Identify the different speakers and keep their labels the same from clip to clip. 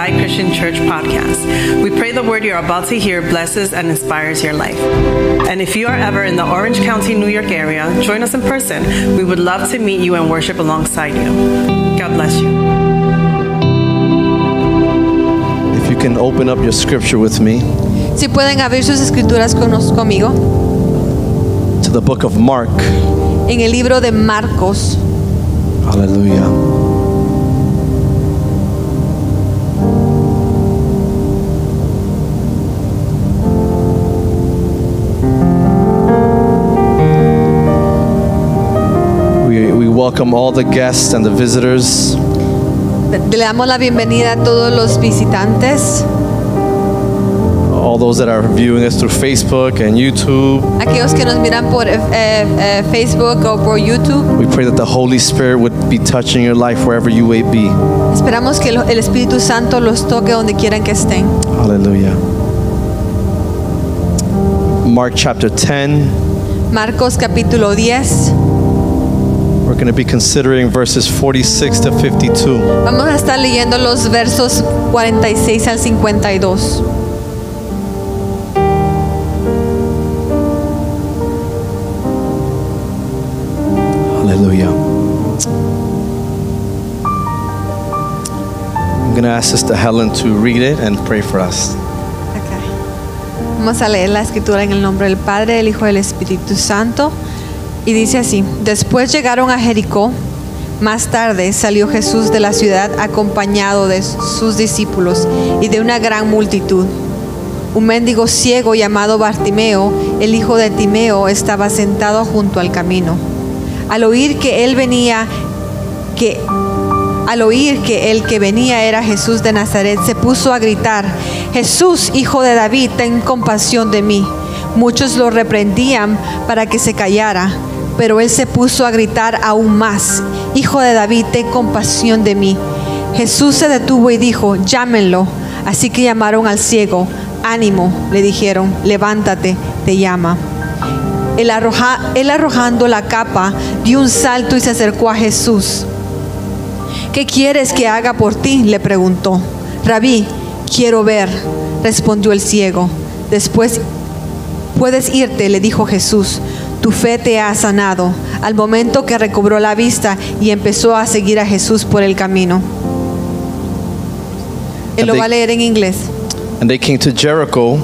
Speaker 1: Church podcast. We pray the word you're about to hear blesses and inspires your life. And if you are ever in the Orange County, New York area, join us in person. We would love to meet you and worship alongside you. God bless you.
Speaker 2: If you can open up your scripture with me
Speaker 3: Si pueden abrir sus escrituras con nos- conmigo
Speaker 2: to the book of Mark.
Speaker 3: en el libro de Marcos,
Speaker 2: Hallelujah. We, we welcome all the guests and the visitors.
Speaker 3: le damos la bienvenida a todos los visitantes,
Speaker 2: all those that are viewing us through Facebook and YouTube.
Speaker 3: aquellos que nos miran por eh, eh, Facebook o por YouTube.
Speaker 2: We pray that the Holy Spirit would be touching your life wherever you may be.
Speaker 3: Esperamos que el el Espíritu Santo los toque donde quieran que estén.
Speaker 2: Hallelujah. Mark chapter 10,
Speaker 3: Marcos capítulo 10.
Speaker 2: we're going to be considering verses 46 to 52.
Speaker 3: Vamos a estar leyendo los versos 46 al 52.
Speaker 2: Hallelujah. I'm going to ask Sister Helen to read it and pray for us.
Speaker 3: Acá. Vamos a leer la escritura en el nombre del Padre, del Hijo y del Espíritu Santo. Y dice así, después llegaron a Jericó, más tarde salió Jesús de la ciudad acompañado de sus discípulos y de una gran multitud. Un mendigo ciego llamado Bartimeo, el hijo de Timeo, estaba sentado junto al camino. Al oír que él venía, que al oír que el que venía era Jesús de Nazaret, se puso a gritar, Jesús, hijo de David, ten compasión de mí. Muchos lo reprendían para que se callara, pero él se puso a gritar aún más, Hijo de David, ten compasión de mí. Jesús se detuvo y dijo, llámenlo. Así que llamaron al ciego, ánimo, le dijeron, levántate, te llama. Él, arroja- él arrojando la capa, dio un salto y se acercó a Jesús. ¿Qué quieres que haga por ti? le preguntó. Rabí, quiero ver, respondió el ciego. Después, puedes irte, le dijo Jesús. Tu fe te ha sanado. Al momento que recobró la vista y empezó a seguir a Jesús por el camino. Él lo va a leer en inglés.
Speaker 2: And they came to Jericho.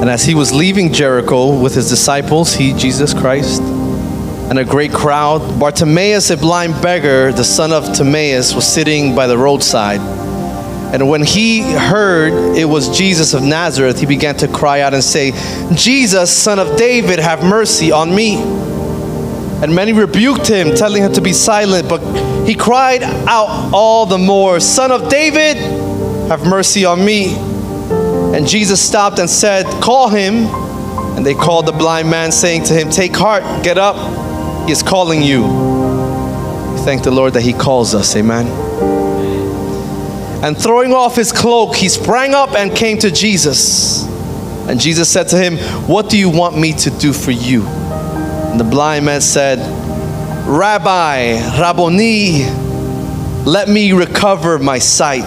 Speaker 2: And as he was leaving Jericho with his disciples, he, Jesus Christ, and a great crowd, Bartimaeus, a blind beggar, the son of Timaeus, was sitting by the roadside. And when he heard it was Jesus of Nazareth, he began to cry out and say, Jesus, son of David, have mercy on me. And many rebuked him, telling him to be silent. But he cried out all the more, Son of David, have mercy on me. And Jesus stopped and said, Call him. And they called the blind man, saying to him, Take heart, get up. He is calling you. We thank the Lord that he calls us. Amen. And throwing off his cloak, he sprang up and came to Jesus. And Jesus said to him, What do you want me to do for you? And the blind man said, Rabbi, Rabboni, let me recover my sight.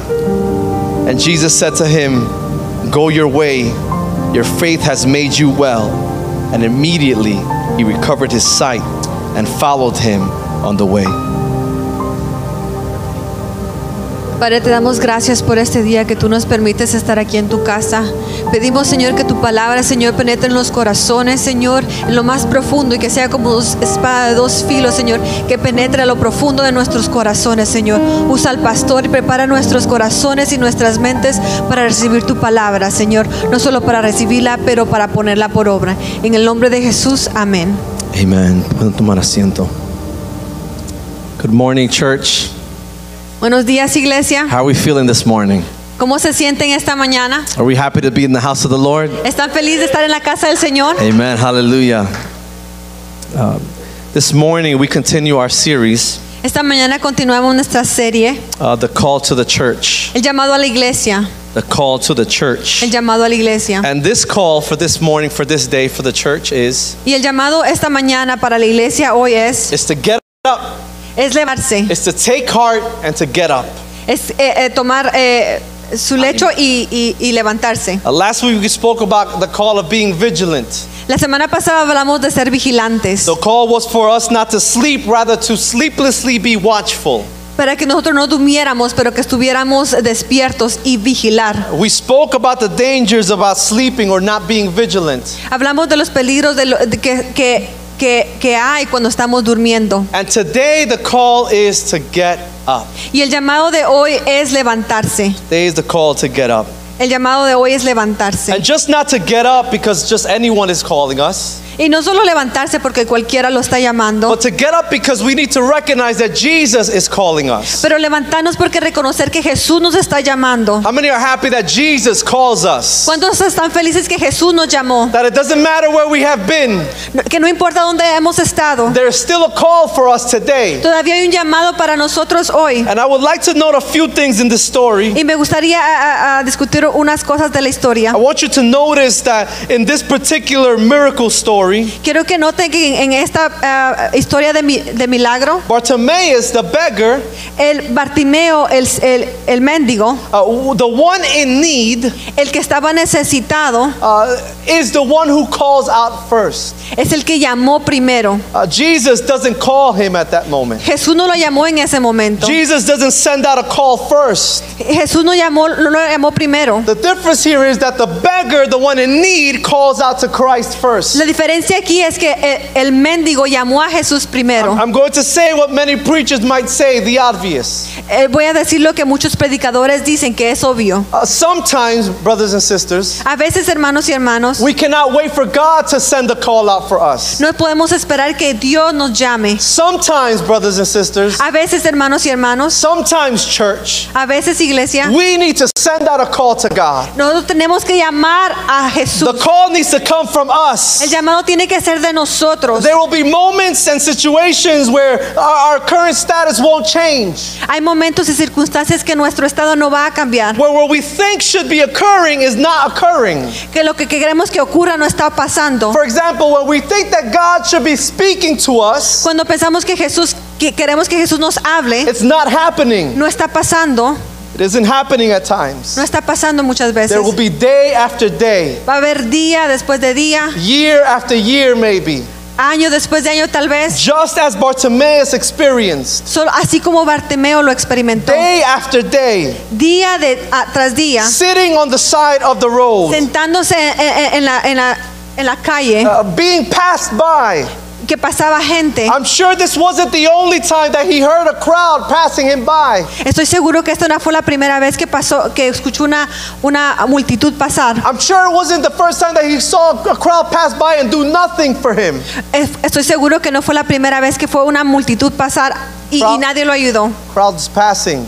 Speaker 2: And Jesus said to him, Go your way, your faith has made you well. And immediately he recovered his sight and followed him on the way.
Speaker 3: Padre, te damos gracias por este día que tú nos permites estar aquí en tu casa. Pedimos, Señor, que tu palabra, Señor, penetre en los corazones, Señor, en lo más profundo y que sea como dos espada de dos filos, Señor, que penetre a lo profundo de nuestros corazones, Señor. Usa al pastor y prepara nuestros corazones y nuestras mentes para recibir tu palabra, Señor. No solo para recibirla, pero para ponerla por obra. En el nombre de Jesús, amén.
Speaker 2: Amen. Pueden tomar asiento. Good morning, church.
Speaker 3: Buenos días, iglesia.
Speaker 2: How are we feeling this morning?
Speaker 3: ¿Cómo se sienten esta mañana?
Speaker 2: Are we happy to be in the house of the Lord?
Speaker 3: ¿Están felices de estar en la casa del Señor?
Speaker 2: Amen. Hallelujah. Uh, this morning, we continue our series,
Speaker 3: Esta mañana continuamos nuestra serie,
Speaker 2: uh, The Call to the Church.
Speaker 3: el llamado a la iglesia,
Speaker 2: The Call to the Church.
Speaker 3: el llamado a la iglesia.
Speaker 2: And this call for this morning, for this day, for the church is
Speaker 3: Y el llamado esta mañana para la iglesia hoy es,
Speaker 2: is to get up.
Speaker 3: es levantarse,
Speaker 2: It's to take heart and to get up.
Speaker 3: es eh, eh, tomar, eh, su lecho y, y- y levantarse.
Speaker 2: Uh, last week we spoke about the call of being vigilant.
Speaker 3: La semana pasada hablamos de ser vigilantes,
Speaker 2: The call was for us not to sleep, rather to sleeplessly be watchful.
Speaker 3: para que nosotros no durmiéramos, pero que estuviéramos despiertos y vigilar.
Speaker 2: We spoke about the dangers about sleeping or not being vigilant.
Speaker 3: Hablamos de los peligros de lo- de que, que- que- que hay cuando estamos durmiendo.
Speaker 2: And today the call is to get up.
Speaker 3: Y el llamado de hoy es levantarse.
Speaker 2: Today is the call to get up.
Speaker 3: El llamado de hoy es levantarse.
Speaker 2: And just not to get up because just anyone is calling us,
Speaker 3: Y no solo levantarse porque cualquiera lo está llamando,
Speaker 2: but to get up because we need to recognize that Jesus is calling us.
Speaker 3: pero levantarnos porque reconocer que Jesús nos está llamando.
Speaker 2: How many are happy that Jesus calls us?
Speaker 3: ¿Cuántos están felices que Jesús nos llamó?
Speaker 2: That it doesn't matter where we have been,
Speaker 3: No- Que no importa dónde hemos estado,
Speaker 2: there's still a call for us today.
Speaker 3: todavía hay un llamado para nosotros hoy.
Speaker 2: And I would like to note a few things in this story.
Speaker 3: Y me gustaría a- a- a discutir unas cosas de la historia.
Speaker 2: I want you to notice that in this particular miracle story,
Speaker 3: Quiero que noten que en en esta ah, historia de, mi- de milagro,
Speaker 2: Bartimaeus, the beggar,
Speaker 3: el Bartimeo, el, el, el mendigo,
Speaker 2: uh, the one in need,
Speaker 3: el que estaba necesitado,
Speaker 2: uh, is the one who calls out first.
Speaker 3: es el que llamó primero.
Speaker 2: Uh, Jesus doesn't call him at that moment.
Speaker 3: Jesús no lo llamó en ese momento.
Speaker 2: Jesus doesn't send out a call first.
Speaker 3: Jesús no llamó, no lo llamó primero.
Speaker 2: The difference here is that the beggar, the one in need, calls out to Christ first.
Speaker 3: La diferencia aquí es que el, el mendigo llamó a Jesús primero.
Speaker 2: I'm going to say what many preachers might say, the obvious.
Speaker 3: Eh, voy a decir lo que muchos predicadores dicen que es obvio.
Speaker 2: Uh, sometimes, brothers and sisters,
Speaker 3: A veces, hermanos y hermanos,
Speaker 2: we cannot wait for God to send a call out for us.
Speaker 3: no podemos esperar que Dios nos llame.
Speaker 2: Sometimes, brothers and sisters,
Speaker 3: A veces, hermanos y hermanos,
Speaker 2: sometimes, church,
Speaker 3: a veces, iglesia,
Speaker 2: we need to send out a call to God.
Speaker 3: nosotros tenemos que llamar a Jesús.
Speaker 2: The call needs to come from us.
Speaker 3: El llamado tiene que ser de nosotros.
Speaker 2: There will be moments and situations where our, our current status won't change.
Speaker 3: Hay momentos y circunstancias que nuestro estado no va a cambiar,
Speaker 2: Where what we think should be occurring is not occurring.
Speaker 3: que lo que queremos que ocurra no está pasando.
Speaker 2: For example, when we think that God should be speaking to us,
Speaker 3: Cuando pensamos que Jesús, que queremos que Jesús nos hable,
Speaker 2: it's not happening.
Speaker 3: no está pasando,
Speaker 2: It isn't happening at times.
Speaker 3: no está pasando muchas veces.
Speaker 2: There will be day after day,
Speaker 3: Va a haber día después de día,
Speaker 2: year after year, maybe.
Speaker 3: año después de año tal vez,
Speaker 2: Just as Bartimaeus experienced,
Speaker 3: solo así como Bartimeo lo experimentó,
Speaker 2: day after day,
Speaker 3: día de, a- tras día,
Speaker 2: sitting on the side of the road,
Speaker 3: sentándose en, en- en la, en la- en la calle,
Speaker 2: uh, being passed by.
Speaker 3: que pasaba gente.
Speaker 2: I'm sure this wasn't the only time that he heard a crowd passing him by.
Speaker 3: Estoy seguro que esta no fue la primera vez que pasó, que escuchó una, una multitud pasar.
Speaker 2: I'm sure it wasn't the first time that he saw a crowd pass by and do nothing for him.
Speaker 3: Es- Estoy seguro que no fue la primera vez que fue una multitud pasar y, y nadie lo ayudó.
Speaker 2: Crowds passing,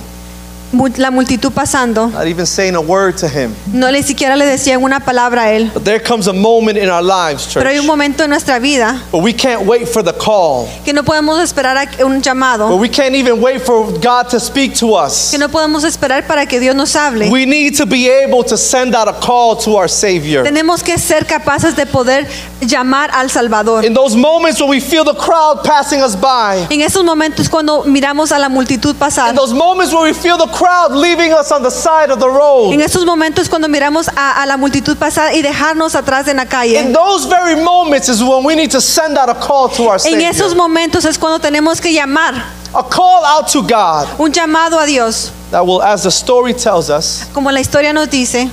Speaker 3: Mu- La multitud pasando,
Speaker 2: not even saying a word to him.
Speaker 3: no le siquiera le decían una palabra a él.
Speaker 2: But there comes a moment in our lives,
Speaker 3: Pero hay un
Speaker 2: church,
Speaker 3: momento en nuestra vida
Speaker 2: where we can't wait for the call,
Speaker 3: que no podemos esperar a que- un
Speaker 2: where
Speaker 3: llamado,
Speaker 2: we can't even wait for God to speak to us.
Speaker 3: que no podemos esperar para que Dios nos hable.
Speaker 2: We need to be able to send out a call to our Savior.
Speaker 3: Tenemos que ser capaces de poder llamar al Salvador.
Speaker 2: In those moments when we feel the crowd passing us by,
Speaker 3: En esos momentos cuando miramos a la multitud pasar,
Speaker 2: in those moments where we feel the crowd leaving us on the side of the road,
Speaker 3: en esos momentos cuando miramos a, a la multitud pasar y dejarnos atrás en la
Speaker 2: In
Speaker 3: calle,
Speaker 2: those very moments is when we need to send out a call to our
Speaker 3: en
Speaker 2: Savior.
Speaker 3: esos momentos es cuando tenemos que llamar,
Speaker 2: a call out to God
Speaker 3: un llamado a Dios,
Speaker 2: that will, as the story tells us,
Speaker 3: como la historia nos dice,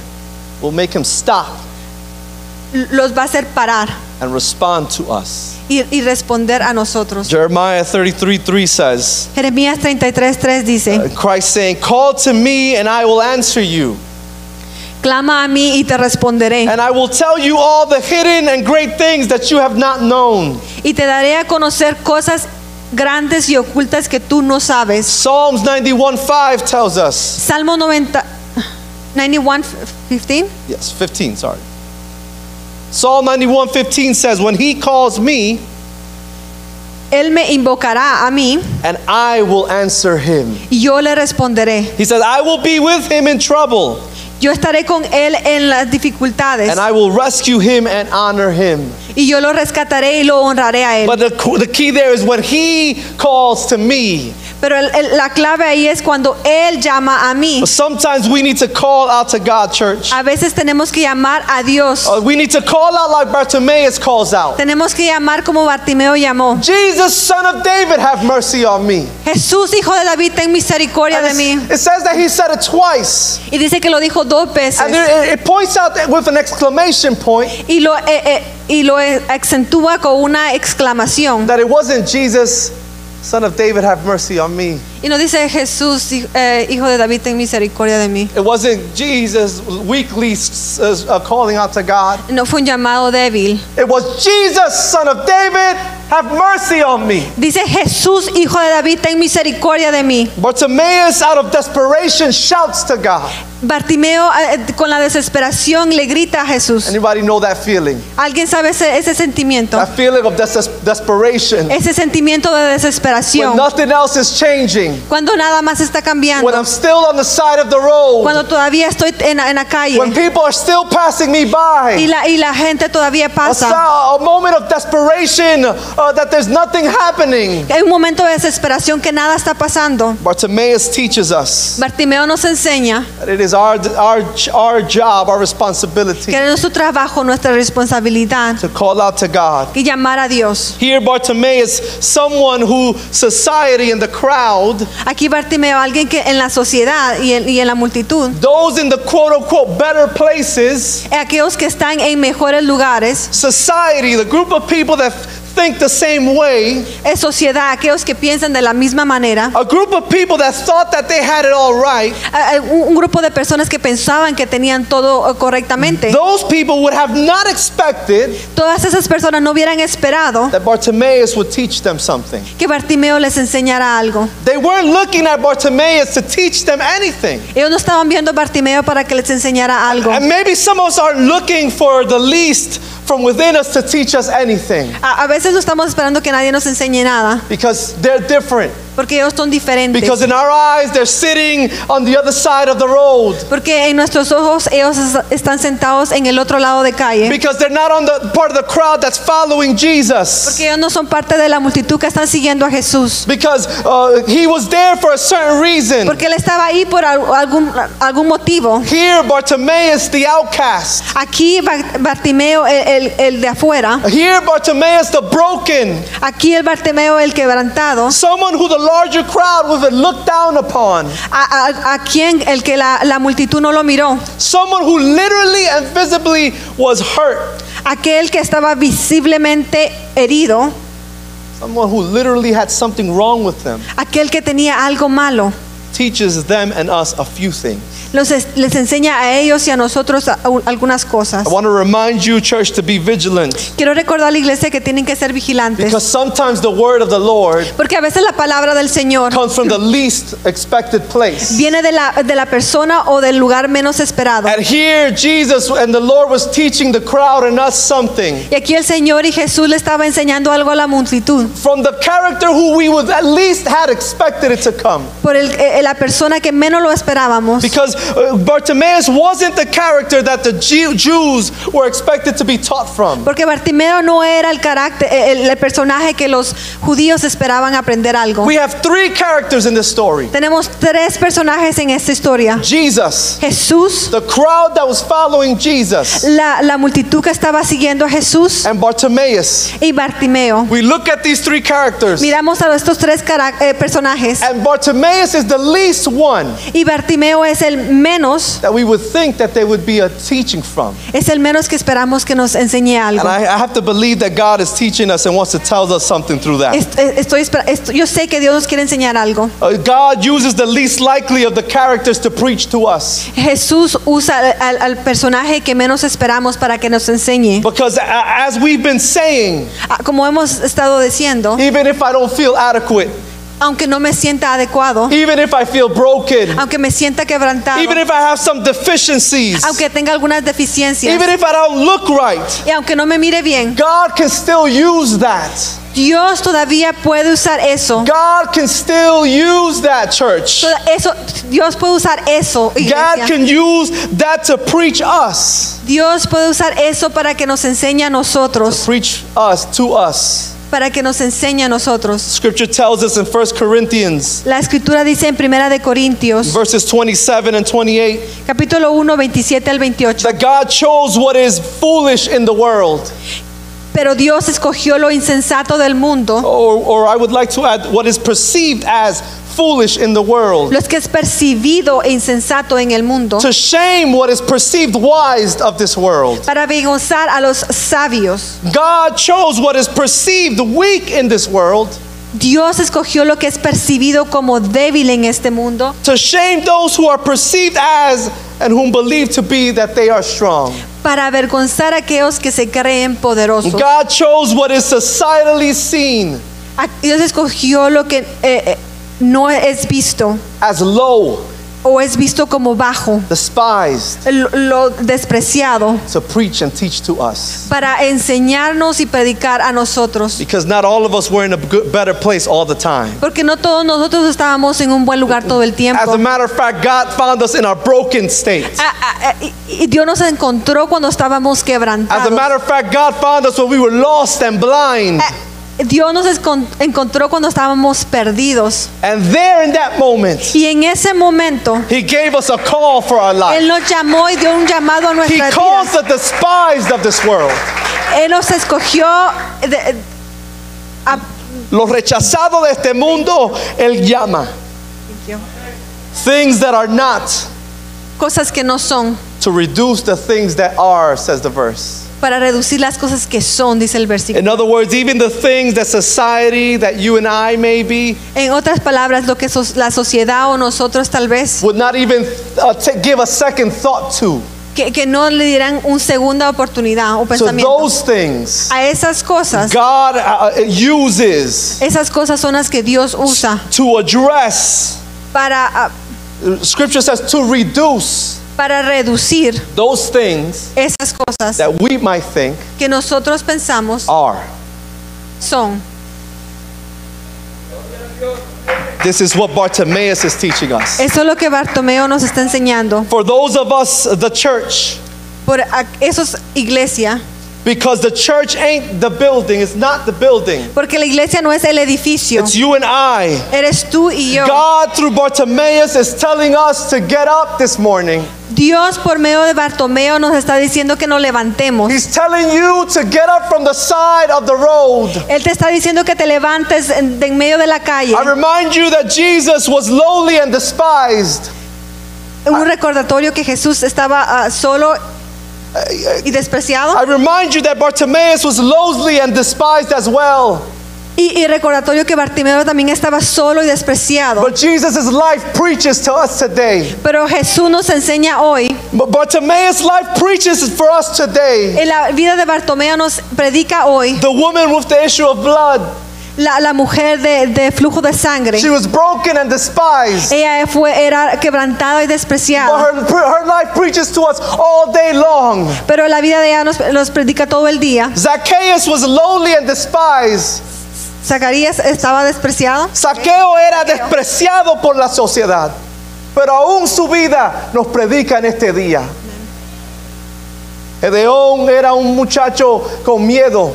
Speaker 2: will make him stop
Speaker 3: los va a hacer parar
Speaker 2: and respond to us.
Speaker 3: y, y responder a nosotros.
Speaker 2: Jeremiah 33 3 says,
Speaker 3: Jeremías 33:3 dice,
Speaker 2: Christ saying, Call to me and I will answer you,
Speaker 3: clama a mí y te responderé.
Speaker 2: and I will tell you all the hidden and great things that you have not known.
Speaker 3: y te daré a conocer cosas grandes y ocultas que tú no sabes.
Speaker 2: Psalms 91 5 tells us,
Speaker 3: Salmo 90, 91, 15.
Speaker 2: yes, 15, sorry. Psalm 91 15 says, When he calls me,
Speaker 3: Él me invocará a mí
Speaker 2: and I will answer him.
Speaker 3: y yo le responderé.
Speaker 2: He says, I will be with him in trouble,
Speaker 3: Yo estaré con él en las dificultades
Speaker 2: and I will rescue him and honor him.
Speaker 3: y yo lo rescataré y lo honraré a él.
Speaker 2: But the, the key there is when he calls to me,
Speaker 3: Pero el- el- la clave ahí es cuando Él llama a mí.
Speaker 2: But sometimes we need to call out to God, church.
Speaker 3: A veces tenemos que llamar a Dios.
Speaker 2: Uh, we need to call out like Bartimaeus calls out.
Speaker 3: Tenemos que llamar como Bartimeo llamó.
Speaker 2: Jesus, son of David, have mercy on me.
Speaker 3: Jesús, hijo de David, ten misericordia
Speaker 2: And
Speaker 3: de mí.
Speaker 2: it's- it says that he said it twice.
Speaker 3: Y dice que lo dijo dos
Speaker 2: And
Speaker 3: veces.
Speaker 2: it, it points out that with an exclamation point
Speaker 3: Y lo, eh, eh, y lo eh, acentúa con una exclamación.
Speaker 2: that it wasn't Jesus, son of David, have mercy on me.
Speaker 3: Y no dice Jesús, hi- eh, hijo de David, ten misericordia de mí.
Speaker 2: It wasn't Jesus weakly s- s- uh, calling out to God.
Speaker 3: No fue un llamado débil.
Speaker 2: It was Jesus, son of David, have mercy on me.
Speaker 3: Dice Jesús, hijo de David, ten misericordia de mí.
Speaker 2: Bartimaeus, out of desperation, shouts to God.
Speaker 3: Bartimeo eh, con la desesperación le grita a Jesús.
Speaker 2: Anybody know that feeling?
Speaker 3: ¿Alguien sabe ese, ese sentimiento?
Speaker 2: That feeling of des- desperation.
Speaker 3: Ese sentimiento de
Speaker 2: When
Speaker 3: desesperación.
Speaker 2: nothing else is changing.
Speaker 3: Cuando nada más está
Speaker 2: When
Speaker 3: cambiando.
Speaker 2: I'm still on the side of the road.
Speaker 3: Cuando todavía estoy en, la- en la calle.
Speaker 2: When people are still passing me
Speaker 3: Y
Speaker 2: by.
Speaker 3: la, y la gente todavía
Speaker 2: A,
Speaker 3: pasa.
Speaker 2: so- a moment of desperation uh, that there's nothing happening.
Speaker 3: Hay un momento de desesperación que nada está pasando.
Speaker 2: Bartimaeus teaches us
Speaker 3: Bartimeo nos enseña
Speaker 2: that it is our, our, our job, our responsibility
Speaker 3: que es nuestro trabajo, nuestra responsabilidad,
Speaker 2: to call out to God.
Speaker 3: y llamar a Dios.
Speaker 2: Here, Bartimaeus, someone who society and the crowd,
Speaker 3: Aquí Bartimeo, alguien que en la sociedad y en, y en la multitud,
Speaker 2: those in the quote unquote better places,
Speaker 3: aquellos que están en mejores lugares,
Speaker 2: society, the group of people that think the same way,
Speaker 3: es sociedad, aquellos que piensan de la misma manera,
Speaker 2: a group of people that thought that they had it all right,
Speaker 3: a- a- un un grupo de personas que pensaban que tenían todo eh, correctamente.
Speaker 2: those people would have not expected
Speaker 3: Todas esas personas no hubieran esperado
Speaker 2: that Bartimaeus would teach them something.
Speaker 3: que Bartimeo les enseñara algo.
Speaker 2: They weren't looking at Bartimaeus to teach them anything.
Speaker 3: Ellos no estaban viendo a Bartimeo para que les enseñara algo.
Speaker 2: And maybe some of us are looking for the least from within us to teach us anything
Speaker 3: A, a veces no estamos esperando que nadie nos enseñe nada,
Speaker 2: because they're different.
Speaker 3: porque ellos son diferentes.
Speaker 2: Because in our eyes, they're sitting on the other side of the road.
Speaker 3: porque en nuestros ojos ellos es- están sentados en el otro lado de calle.
Speaker 2: Because they're not on the part of the crowd that's following Jesus.
Speaker 3: Porque ellos no son parte de la multitud que están siguiendo a Jesús.
Speaker 2: Because uh, he was there for a certain reason.
Speaker 3: Porque él estaba ahí por al- algún, algún motivo.
Speaker 2: Here, Bartimaeus, the outcast.
Speaker 3: Aquí Bar- Bartimeo, el, el- el de afuera.
Speaker 2: Here, Bartimaeus, the broken.
Speaker 3: Aquí el Bartimeo, el quebrantado.
Speaker 2: Someone who the larger crowd would have looked down upon.
Speaker 3: A, a- a quien el que la, la multitud no lo miró.
Speaker 2: Someone who literally and visibly was hurt.
Speaker 3: Aquel que estaba visiblemente herido.
Speaker 2: Someone who literally had something wrong with them.
Speaker 3: Aquel que tenía algo malo.
Speaker 2: Teaches them and us a few things.
Speaker 3: Los es- les enseña a ellos y a nosotros a- a- algunas cosas.
Speaker 2: I want to remind you, church, to be vigilant.
Speaker 3: Quiero recordar a la iglesia que tienen que ser vigilantes.
Speaker 2: Because sometimes the word of the Lord
Speaker 3: Porque a veces la palabra del Señor
Speaker 2: comes from the least expected place.
Speaker 3: viene de la, de la persona o del lugar menos esperado.
Speaker 2: And here, Jesus and the Lord was teaching the crowd and us something
Speaker 3: Y aquí el Señor y Jesús le estaba enseñando algo a la multitud.
Speaker 2: from the character who we would at least had expected it to come.
Speaker 3: Por el, eh, la persona que menos lo esperábamos.
Speaker 2: Because uh, Bartimaeus wasn't the character that the Jew- Jews were expected to be taught from.
Speaker 3: Porque Bartimeo no era el carácter, eh, el, el personaje que los judíos esperaban aprender algo.
Speaker 2: We have three characters in this story
Speaker 3: Tenemos tres personajes en esta historia.
Speaker 2: Jesus,
Speaker 3: Jesús,
Speaker 2: the crowd that was following Jesus,
Speaker 3: la, la multitud que estaba siguiendo a Jesús
Speaker 2: and Bartimaeus.
Speaker 3: y Bartimeo.
Speaker 2: We look at these three characters,
Speaker 3: Miramos a estos tres cara- eh, personajes
Speaker 2: and Bartimaeus is the least one
Speaker 3: y Bartimeo es el menos,
Speaker 2: that we would think that they would be a teaching from.
Speaker 3: es el menos que esperamos que nos enseñe algo.
Speaker 2: And I, I have to believe that God is teaching us and wants to tell us something through that.
Speaker 3: Est- eh, Estoy, esper- est- yo sé que Dios nos quiere enseñar algo.
Speaker 2: Uh, God uses the least likely of the characters to preach to us.
Speaker 3: Jesús usa al, al- al personaje que menos esperamos para que nos enseñe.
Speaker 2: Because a- as we've been saying,
Speaker 3: Ah, Como hemos estado diciendo,
Speaker 2: even if I don't feel adequate,
Speaker 3: aunque no me sienta adecuado,
Speaker 2: even if I feel broken,
Speaker 3: aunque me sienta quebrantado,
Speaker 2: even if I have some deficiencies,
Speaker 3: aunque tenga algunas deficiencias
Speaker 2: even if I don't look right,
Speaker 3: y aunque no me mire bien,
Speaker 2: God can still use that.
Speaker 3: Dios todavía puede usar eso.
Speaker 2: God can still use that church.
Speaker 3: Toda- Eso Dios puede usar eso.
Speaker 2: God
Speaker 3: iglesia.
Speaker 2: can use that to preach us,
Speaker 3: Dios puede usar eso para que nos enseñe a nosotros,
Speaker 2: preach us to us.
Speaker 3: para que nos enseñe a nosotros.
Speaker 2: Scripture tells us in 1 Corinthians
Speaker 3: La escritura dice en Primera de Corintios,
Speaker 2: verses 27 and 28
Speaker 3: capítulo 1, 27 al 28.
Speaker 2: that God chose what is foolish in the world,
Speaker 3: Pero Dios escogió lo insensato del mundo,
Speaker 2: or, or I would like to add, what is perceived as foolish in the world,
Speaker 3: lo que es percibido e insensato en el mundo,
Speaker 2: to shame what is perceived wise of this world.
Speaker 3: para avergonzar a los sabios.
Speaker 2: God chose what is perceived weak in this world
Speaker 3: Dios escogió lo que es percibido como débil en este mundo
Speaker 2: to shame those who are perceived as and whom believe to be that they are strong.
Speaker 3: para avergonzar a aquellos que se creen poderosos.
Speaker 2: God chose what is societally seen
Speaker 3: A- Dios escogió lo que eh, eh, no es visto
Speaker 2: as low,
Speaker 3: o es visto como bajo,
Speaker 2: despised,
Speaker 3: lo, lo despreciado,
Speaker 2: to preach and teach to us.
Speaker 3: para enseñarnos y predicar a nosotros.
Speaker 2: Because not all of us were in a good, better place all the time.
Speaker 3: Porque no todos nosotros estábamos en un buen lugar todo el
Speaker 2: As
Speaker 3: tiempo.
Speaker 2: a matter of fact, God found us in our broken state.
Speaker 3: Ah, ah, ah, y- y Dios nos encontró cuando estábamos
Speaker 2: As a
Speaker 3: quebrantados.
Speaker 2: matter of fact, God found us when we were lost and blind.
Speaker 3: Ah, Dios nos escon- encontró cuando estábamos perdidos.
Speaker 2: And there in that moment,
Speaker 3: Y en ese momento,
Speaker 2: He gave us a call for our life.
Speaker 3: Él nos llamó y dio un llamado a
Speaker 2: He
Speaker 3: nuestra vida.
Speaker 2: calls the despised of this world,
Speaker 3: Él nos escogió de- a-
Speaker 2: los rechazados de este mundo, él llama. Things that are not
Speaker 3: cosas que no son
Speaker 2: to reduce the things that are, says the verse.
Speaker 3: para reducir las cosas que son, dice el versículo.
Speaker 2: In other words, even the things that society, that you and I maybe,
Speaker 3: En otras palabras, lo que sos- la sociedad o nosotros tal vez,
Speaker 2: would not even uh, ta- give a second thought to.
Speaker 3: que, que no le dirán una segunda oportunidad o
Speaker 2: So
Speaker 3: pensamiento.
Speaker 2: those things,
Speaker 3: A esas cosas,
Speaker 2: God uh, uses
Speaker 3: esas cosas son las que Dios usa
Speaker 2: to address.
Speaker 3: para, ah,
Speaker 2: Scripture says to reduce
Speaker 3: para reducir
Speaker 2: those things
Speaker 3: esas cosas
Speaker 2: that we might think
Speaker 3: que nosotros pensamos
Speaker 2: are.
Speaker 3: son.
Speaker 2: This is what Bartimaeus is teaching us.
Speaker 3: Eso es lo que Bartomeo nos está enseñando.
Speaker 2: For those of us, the church,
Speaker 3: Por a- eso es iglesia,
Speaker 2: because the church ain't the building, it's not the building.
Speaker 3: porque la iglesia no es el edificio,
Speaker 2: It's you and I.
Speaker 3: eres tú y yo.
Speaker 2: God, through Bartimaeus, is telling us to get up this morning.
Speaker 3: Dios por medio de Bartomeo nos está diciendo que nos levantemos.
Speaker 2: He's telling you to get up from the side of the road.
Speaker 3: Él te está diciendo que te levantes en, de en medio de la calle.
Speaker 2: I remind you that Jesus was lowly and despised.
Speaker 3: Un recordatorio que Jesús estaba ah, solo y despreciado.
Speaker 2: I remind you that Bartimaeus was lowly and despised as well.
Speaker 3: Y, y recordatorio que Bartimeo también estaba solo y despreciado.
Speaker 2: But Jesus' life preaches to us today.
Speaker 3: Pero Jesús nos enseña hoy,
Speaker 2: But Bartimaeus' life preaches for us today.
Speaker 3: en la vida de Bartomeo nos predica hoy,
Speaker 2: The woman with the issue of blood,
Speaker 3: la, la mujer de, de flujo de sangre.
Speaker 2: she was broken and despised.
Speaker 3: Ella fue, era quebrantada y despreciada.
Speaker 2: But her, her life preaches to us all day long.
Speaker 3: Pero la vida de ella nos, nos predica todo el día.
Speaker 2: Zacchaeus was lowly and despised.
Speaker 3: Zacarías estaba despreciado.
Speaker 2: Saqueo era despreciado por la sociedad. Pero aún su vida nos predica en este día. Gedeón era un muchacho con miedo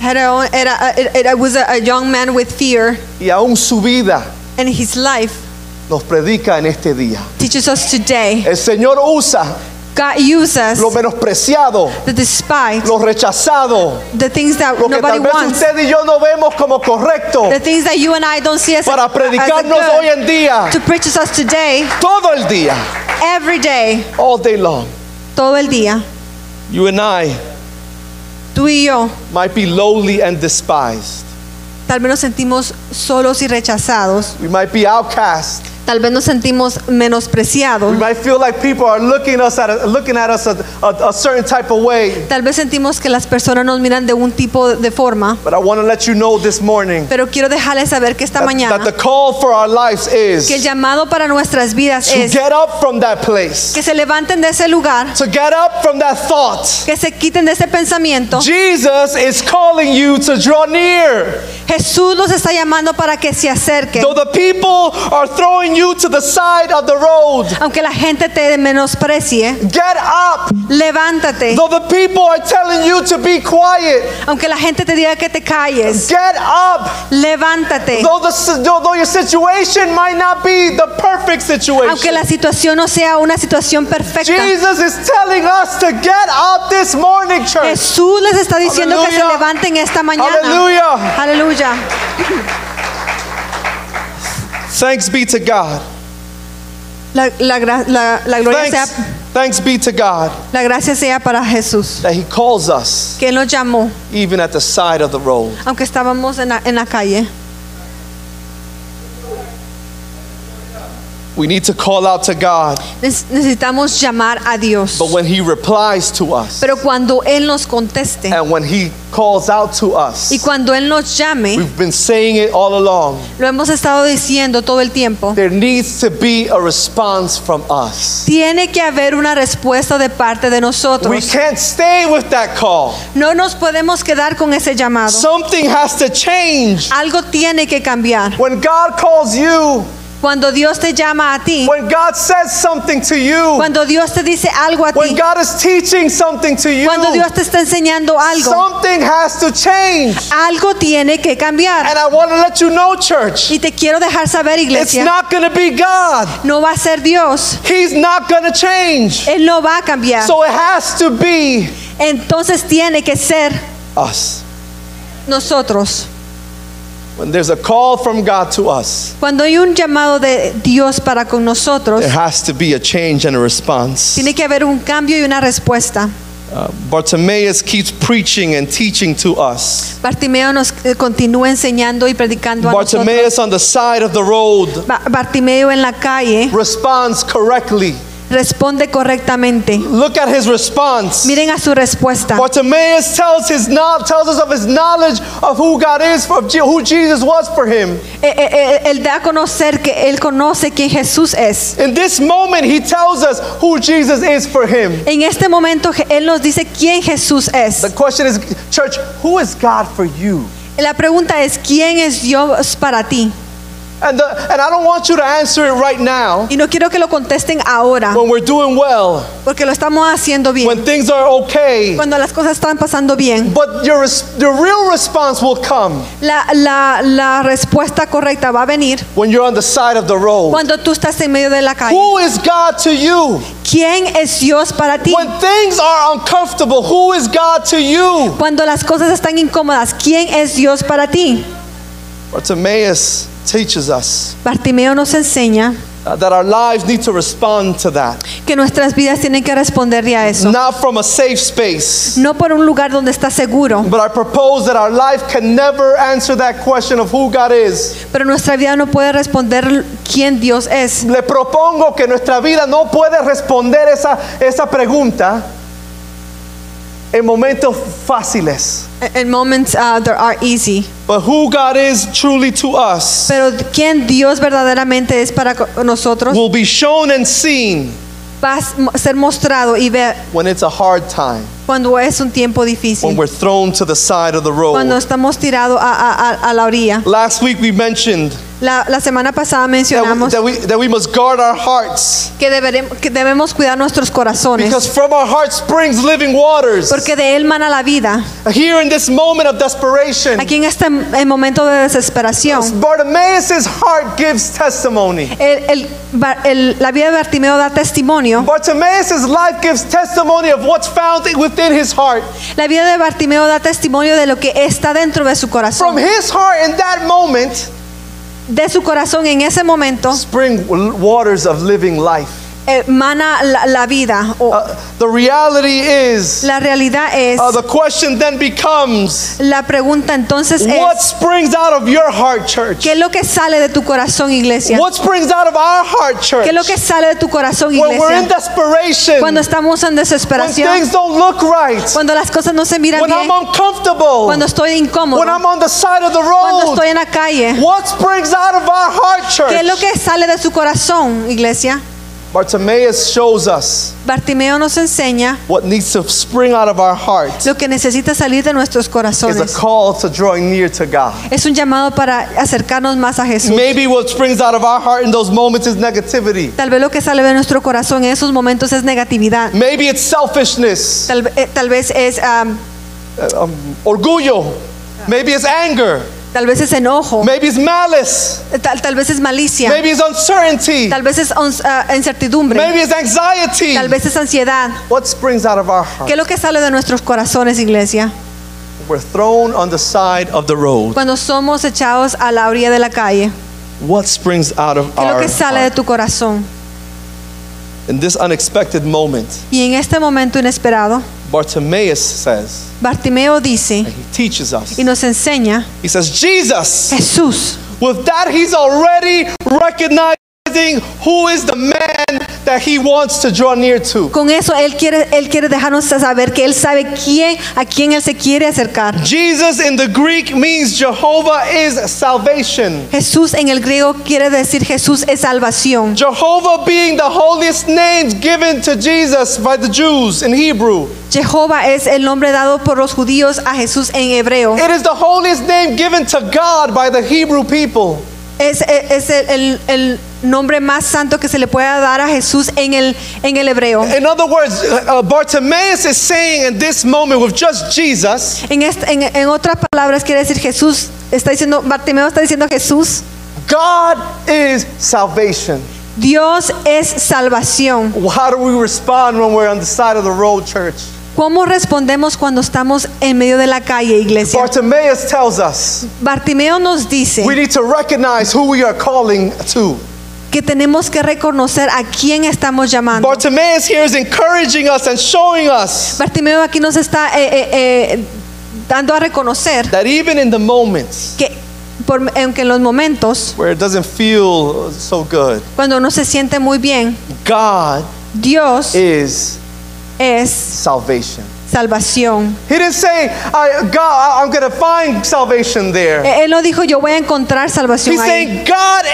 Speaker 3: Heron era, era was a, a young man with fear,
Speaker 2: y aún su vida
Speaker 3: and his life
Speaker 2: nos predica en este día.
Speaker 3: teaches us today.
Speaker 2: El Señor usa
Speaker 3: God uses
Speaker 2: lo menospreciado,
Speaker 3: the despite,
Speaker 2: lo rechazado,
Speaker 3: the things that
Speaker 2: lo que
Speaker 3: nobody
Speaker 2: tal vez
Speaker 3: wants,
Speaker 2: usted y yo no vemos como correcto
Speaker 3: the things that you and I don't see as,
Speaker 2: para
Speaker 3: as a
Speaker 2: predicarnos
Speaker 3: good,
Speaker 2: hoy en día,
Speaker 3: to preach us today,
Speaker 2: todo el día,
Speaker 3: every day,
Speaker 2: all day long.
Speaker 3: todo el día.
Speaker 2: You and I
Speaker 3: Tú y yo
Speaker 2: might be lowly and despised.
Speaker 3: tal vez nos sentimos solos y rechazados,
Speaker 2: We might be outcast.
Speaker 3: tal vez nos sentimos menospreciados,
Speaker 2: We might feel like people are looking us at a, looking at us a, a, a certain type of way.
Speaker 3: tal vez sentimos que las personas nos miran de un tipo de forma.
Speaker 2: But I want to let you know this morning
Speaker 3: Pero quiero dejarles saber que esta
Speaker 2: that,
Speaker 3: mañana
Speaker 2: that the call for our lives
Speaker 3: que el
Speaker 2: is
Speaker 3: llamado para nuestras vidas
Speaker 2: to
Speaker 3: es
Speaker 2: get up from that place,
Speaker 3: que se levanten de ese lugar,
Speaker 2: to get up from that thought.
Speaker 3: que se quiten de ese pensamiento.
Speaker 2: Jesus is calling you to draw near.
Speaker 3: Jesús nos está llamando para que se acerquen.
Speaker 2: Though the people are throwing you to the side of the road,
Speaker 3: Aunque la gente te menosprecie,
Speaker 2: get up.
Speaker 3: levántate.
Speaker 2: Though the people are telling you to be quiet,
Speaker 3: Aunque la gente te diga que te calles,
Speaker 2: get
Speaker 3: Eh.
Speaker 2: up.
Speaker 3: levántate.
Speaker 2: Though, the, si- though, though your situation might not be the perfect
Speaker 3: Aunque
Speaker 2: situation,
Speaker 3: la situación no sea una situación perfecta,
Speaker 2: Jesus is telling us to get up this morning, church.
Speaker 3: Jesús les está diciendo que se
Speaker 2: Aleluya.
Speaker 3: levanten esta mañana.
Speaker 2: Hallelujah.
Speaker 3: Aleluya.
Speaker 2: Thanks be to God.
Speaker 3: La, la gra- la- la gloria sea,
Speaker 2: Thanks, thanks be to God
Speaker 3: la gracia sea para Jesús,
Speaker 2: that He calls us
Speaker 3: que Él nos llamó,
Speaker 2: even at the side of the road.
Speaker 3: aunque estábamos en la, en la calle.
Speaker 2: We need to call out to God,
Speaker 3: Nes- Necesitamos llamar a Dios.
Speaker 2: but when He replies to us
Speaker 3: Pero cuando Él nos conteste
Speaker 2: and when He calls out to us,
Speaker 3: y cuando Él nos llame,
Speaker 2: we've been saying it all along.
Speaker 3: lo hemos estado diciendo todo el tiempo,
Speaker 2: There needs to be a response from us.
Speaker 3: tiene que haber una respuesta de parte de
Speaker 2: We
Speaker 3: nosotros.
Speaker 2: can't stay with that call.
Speaker 3: No nos podemos quedar con ese llamado.
Speaker 2: Something has to change.
Speaker 3: Algo tiene que cambiar.
Speaker 2: When God calls you,
Speaker 3: Cuando Dios te llama a ti,
Speaker 2: when God says something to you,
Speaker 3: cuando Dios te dice algo a
Speaker 2: when
Speaker 3: ti,
Speaker 2: God is teaching something to you,
Speaker 3: cuando Dios te está enseñando algo,
Speaker 2: something has to change.
Speaker 3: algo tiene que cambiar.
Speaker 2: And I want to let you know, church,
Speaker 3: Y te quiero dejar saber,
Speaker 2: it's
Speaker 3: iglesia,
Speaker 2: not going to be God.
Speaker 3: no va a ser Dios.
Speaker 2: He's not going to change.
Speaker 3: Él no va a cambiar.
Speaker 2: So it has to be
Speaker 3: Entonces tiene que ser
Speaker 2: us.
Speaker 3: nosotros.
Speaker 2: When there's a call from God to us,
Speaker 3: Cuando hay un llamado de Dios para con nosotros,
Speaker 2: there has to be a change and a response.
Speaker 3: tiene que haber un cambio y una respuesta.
Speaker 2: Uh, Bartimaeus keeps preaching and teaching to us.
Speaker 3: Bartimeo nos eh, continúa enseñando y predicando a nosotros.
Speaker 2: Bartimaeus on the side of the road
Speaker 3: Ba- Bartimeo en la calle
Speaker 2: responds correctly.
Speaker 3: responde correctamente.
Speaker 2: Look at his response.
Speaker 3: Miren a su respuesta.
Speaker 2: Bartimaeus tells his no- tells us of his knowledge of who God is, of Je- who Jesus was for him.
Speaker 3: Eh, eh, eh, él da a conocer que él conoce quién Jesús es.
Speaker 2: In this moment, he tells us who Jesus is for him.
Speaker 3: En este momento Je- él nos dice quién Jesús
Speaker 2: The
Speaker 3: es.
Speaker 2: question is, church, who is God for you?
Speaker 3: La pregunta es quién es Dios para ti.
Speaker 2: And, the, and I don't want you to answer it right now
Speaker 3: Y no quiero que lo contesten ahora,
Speaker 2: when we're doing well,
Speaker 3: porque lo estamos haciendo bien.
Speaker 2: when things are okay.
Speaker 3: Cuando las cosas están pasando bien,
Speaker 2: But your, res- the real response will come
Speaker 3: la, la, la respuesta correcta va a venir
Speaker 2: when you're on the side of the road.
Speaker 3: cuando tú estás en medio de la calle.
Speaker 2: Who is God to you?
Speaker 3: ¿Quién es Dios para ti?
Speaker 2: When things are uncomfortable, who is God to you?
Speaker 3: Cuando las cosas están incómodas, ¿quién es Dios para ti?
Speaker 2: Bartimaeus teaches us
Speaker 3: Bartimeo nos enseña
Speaker 2: uh, that our lives need to respond to that,
Speaker 3: que nuestras vidas tienen que responderle a eso.
Speaker 2: not from a safe space.
Speaker 3: No por un lugar donde está seguro,
Speaker 2: But I propose that our life can never answer that question of who God is.
Speaker 3: pero nuestra vida no puede responder quién Dios es.
Speaker 2: Le propongo que nuestra vida no puede responder esa, esa pregunta en momentos fáciles.
Speaker 3: En moments uh, there are easy.
Speaker 2: But who God is truly to us
Speaker 3: Pero quién Dios verdaderamente es para co- nosotros
Speaker 2: will be shown and seen
Speaker 3: va a s- mo- ser mostrado y ver
Speaker 2: when it's a hard time,
Speaker 3: cuando es un tiempo
Speaker 2: when
Speaker 3: difícil,
Speaker 2: we're thrown to the side of the
Speaker 3: cuando
Speaker 2: road.
Speaker 3: estamos tirados a, a- a- a la orilla.
Speaker 2: Last week we mentioned
Speaker 3: La, la semana
Speaker 2: that
Speaker 3: pasada
Speaker 2: we,
Speaker 3: mencionamos
Speaker 2: that, we, that we must guard our hearts
Speaker 3: que, deberemos, que debemos cuidar nuestros corazones
Speaker 2: because from our heart springs living waters.
Speaker 3: porque de él mana la vida.
Speaker 2: Here in this moment of desperation,
Speaker 3: Aquí en este m- el momento de desesperación,
Speaker 2: Bartimaeus' heart gives testimony.
Speaker 3: el- el Bar- el- la vida de Bartimeo da testimonio.
Speaker 2: Bartimaeus' life gives testimony of what's found within his heart.
Speaker 3: La vida de Bartimeo da testimonio de lo que está dentro de su
Speaker 2: From
Speaker 3: corazón.
Speaker 2: his heart in that moment,
Speaker 3: De su corazón en ese momento
Speaker 2: spring waters of living life.
Speaker 3: eh, mana la, la vida. o-
Speaker 2: Uh, the reality is,
Speaker 3: La realidad es,
Speaker 2: uh, the question then becomes,
Speaker 3: la pregunta entonces
Speaker 2: what
Speaker 3: es,
Speaker 2: springs out of your heart, church?
Speaker 3: ¿qué es lo que sale de tu corazón, iglesia?
Speaker 2: What springs out of our heart, church?
Speaker 3: ¿Qué es lo que sale de tu corazón,
Speaker 2: When we're in
Speaker 3: iglesia?
Speaker 2: desperation,
Speaker 3: Cuando estamos en
Speaker 2: when things
Speaker 3: desesperación,
Speaker 2: don't look right,
Speaker 3: cuando las cosas no se miran
Speaker 2: when
Speaker 3: bien,
Speaker 2: I'm uncomfortable,
Speaker 3: cuando estoy incómodo,
Speaker 2: when I'm on the side of the
Speaker 3: cuando
Speaker 2: road,
Speaker 3: estoy en la calle,
Speaker 2: What springs out of our heart,
Speaker 3: ¿qué es lo
Speaker 2: church?
Speaker 3: que sale de su corazón, iglesia?
Speaker 2: Bartimaeus shows us
Speaker 3: Bartimeo nos enseña
Speaker 2: what needs to spring out of our hearts
Speaker 3: lo que necesita salir de nuestros
Speaker 2: is
Speaker 3: corazones.
Speaker 2: a call to drawing near to God.
Speaker 3: Es un llamado para acercarnos más a Jesús.
Speaker 2: Maybe what springs out of our heart in those moments is negativity.
Speaker 3: Tal vez lo que sale de nuestro corazón en esos momentos es negatividad.
Speaker 2: Maybe it's selfishness,
Speaker 3: Tal, ve- eh, tal vez es am,
Speaker 2: um, orgullo. Maybe it's anger.
Speaker 3: tal vez es enojo,
Speaker 2: Maybe it's malice.
Speaker 3: tal, tal vez es malicia,
Speaker 2: Maybe it's uncertainty.
Speaker 3: tal vez es ons- ah, incertidumbre,
Speaker 2: Maybe it's anxiety.
Speaker 3: tal vez es ansiedad.
Speaker 2: What springs out of our
Speaker 3: ¿Qué
Speaker 2: heart?
Speaker 3: es lo que sale de nuestros corazones, iglesia?
Speaker 2: We're thrown on the side of the road.
Speaker 3: Cuando somos echados a la orilla de la calle,
Speaker 2: What springs out of
Speaker 3: ¿qué es lo
Speaker 2: our
Speaker 3: que sale de
Speaker 2: heart?
Speaker 3: tu corazón?
Speaker 2: In this unexpected moment,
Speaker 3: Y en este momento inesperado,
Speaker 2: Bartimaeus says,
Speaker 3: Bartimeo dice
Speaker 2: and he teaches us.
Speaker 3: y nos enseña,
Speaker 2: He says, Jesus,
Speaker 3: Jesús,
Speaker 2: with that he's already recognizing who is the man that he wants to draw near to.
Speaker 3: con eso él quiere, él quiere dejarnos saber que él sabe quién, a quién él se quiere acercar.
Speaker 2: Jesus in the Greek means Jehovah is salvation.
Speaker 3: Jesús en el griego quiere decir Jesús es salvación.
Speaker 2: Jehovah being the holiest name given to Jesus by the Jews in Hebrew.
Speaker 3: Jehová es el nombre dado por los judíos a Jesús en hebreo.
Speaker 2: It is the holiest name given to God by the Hebrew people.
Speaker 3: Es, es- es el, el- el nombre más santo que se le pueda dar a Jesús en el, en el hebreo.
Speaker 2: In other words, uh, Bartimaeus is saying in this moment with just Jesus,
Speaker 3: En, est- en- en otras palabras quiere decir Jesús, está diciendo, Bartimeo está diciendo Jesús,
Speaker 2: God is salvation.
Speaker 3: Dios es salvación.
Speaker 2: How do we respond when we're on the side of the road, church?
Speaker 3: ¿Cómo respondemos cuando estamos en medio de la calle, iglesia?
Speaker 2: Bartimaeus tells us
Speaker 3: Bartimeo nos dice
Speaker 2: we need to recognize who we are calling to.
Speaker 3: que tenemos que reconocer a quién estamos llamando.
Speaker 2: Bartimaeus here is encouraging us and showing us
Speaker 3: Bartimeo aquí nos está eh, eh, eh, dando a reconocer
Speaker 2: that even in the moments
Speaker 3: que por- aunque en los momentos
Speaker 2: where it doesn't feel so good,
Speaker 3: cuando uno se siente muy bien,
Speaker 2: God
Speaker 3: Dios
Speaker 2: Eh. is
Speaker 3: es
Speaker 2: salvation.
Speaker 3: salvación.
Speaker 2: He didn't say, I, God, I- I'm going to find salvation there.
Speaker 3: Eh, Él no dijo yo voy a encontrar salvación
Speaker 2: He's
Speaker 3: ahí.
Speaker 2: saying, God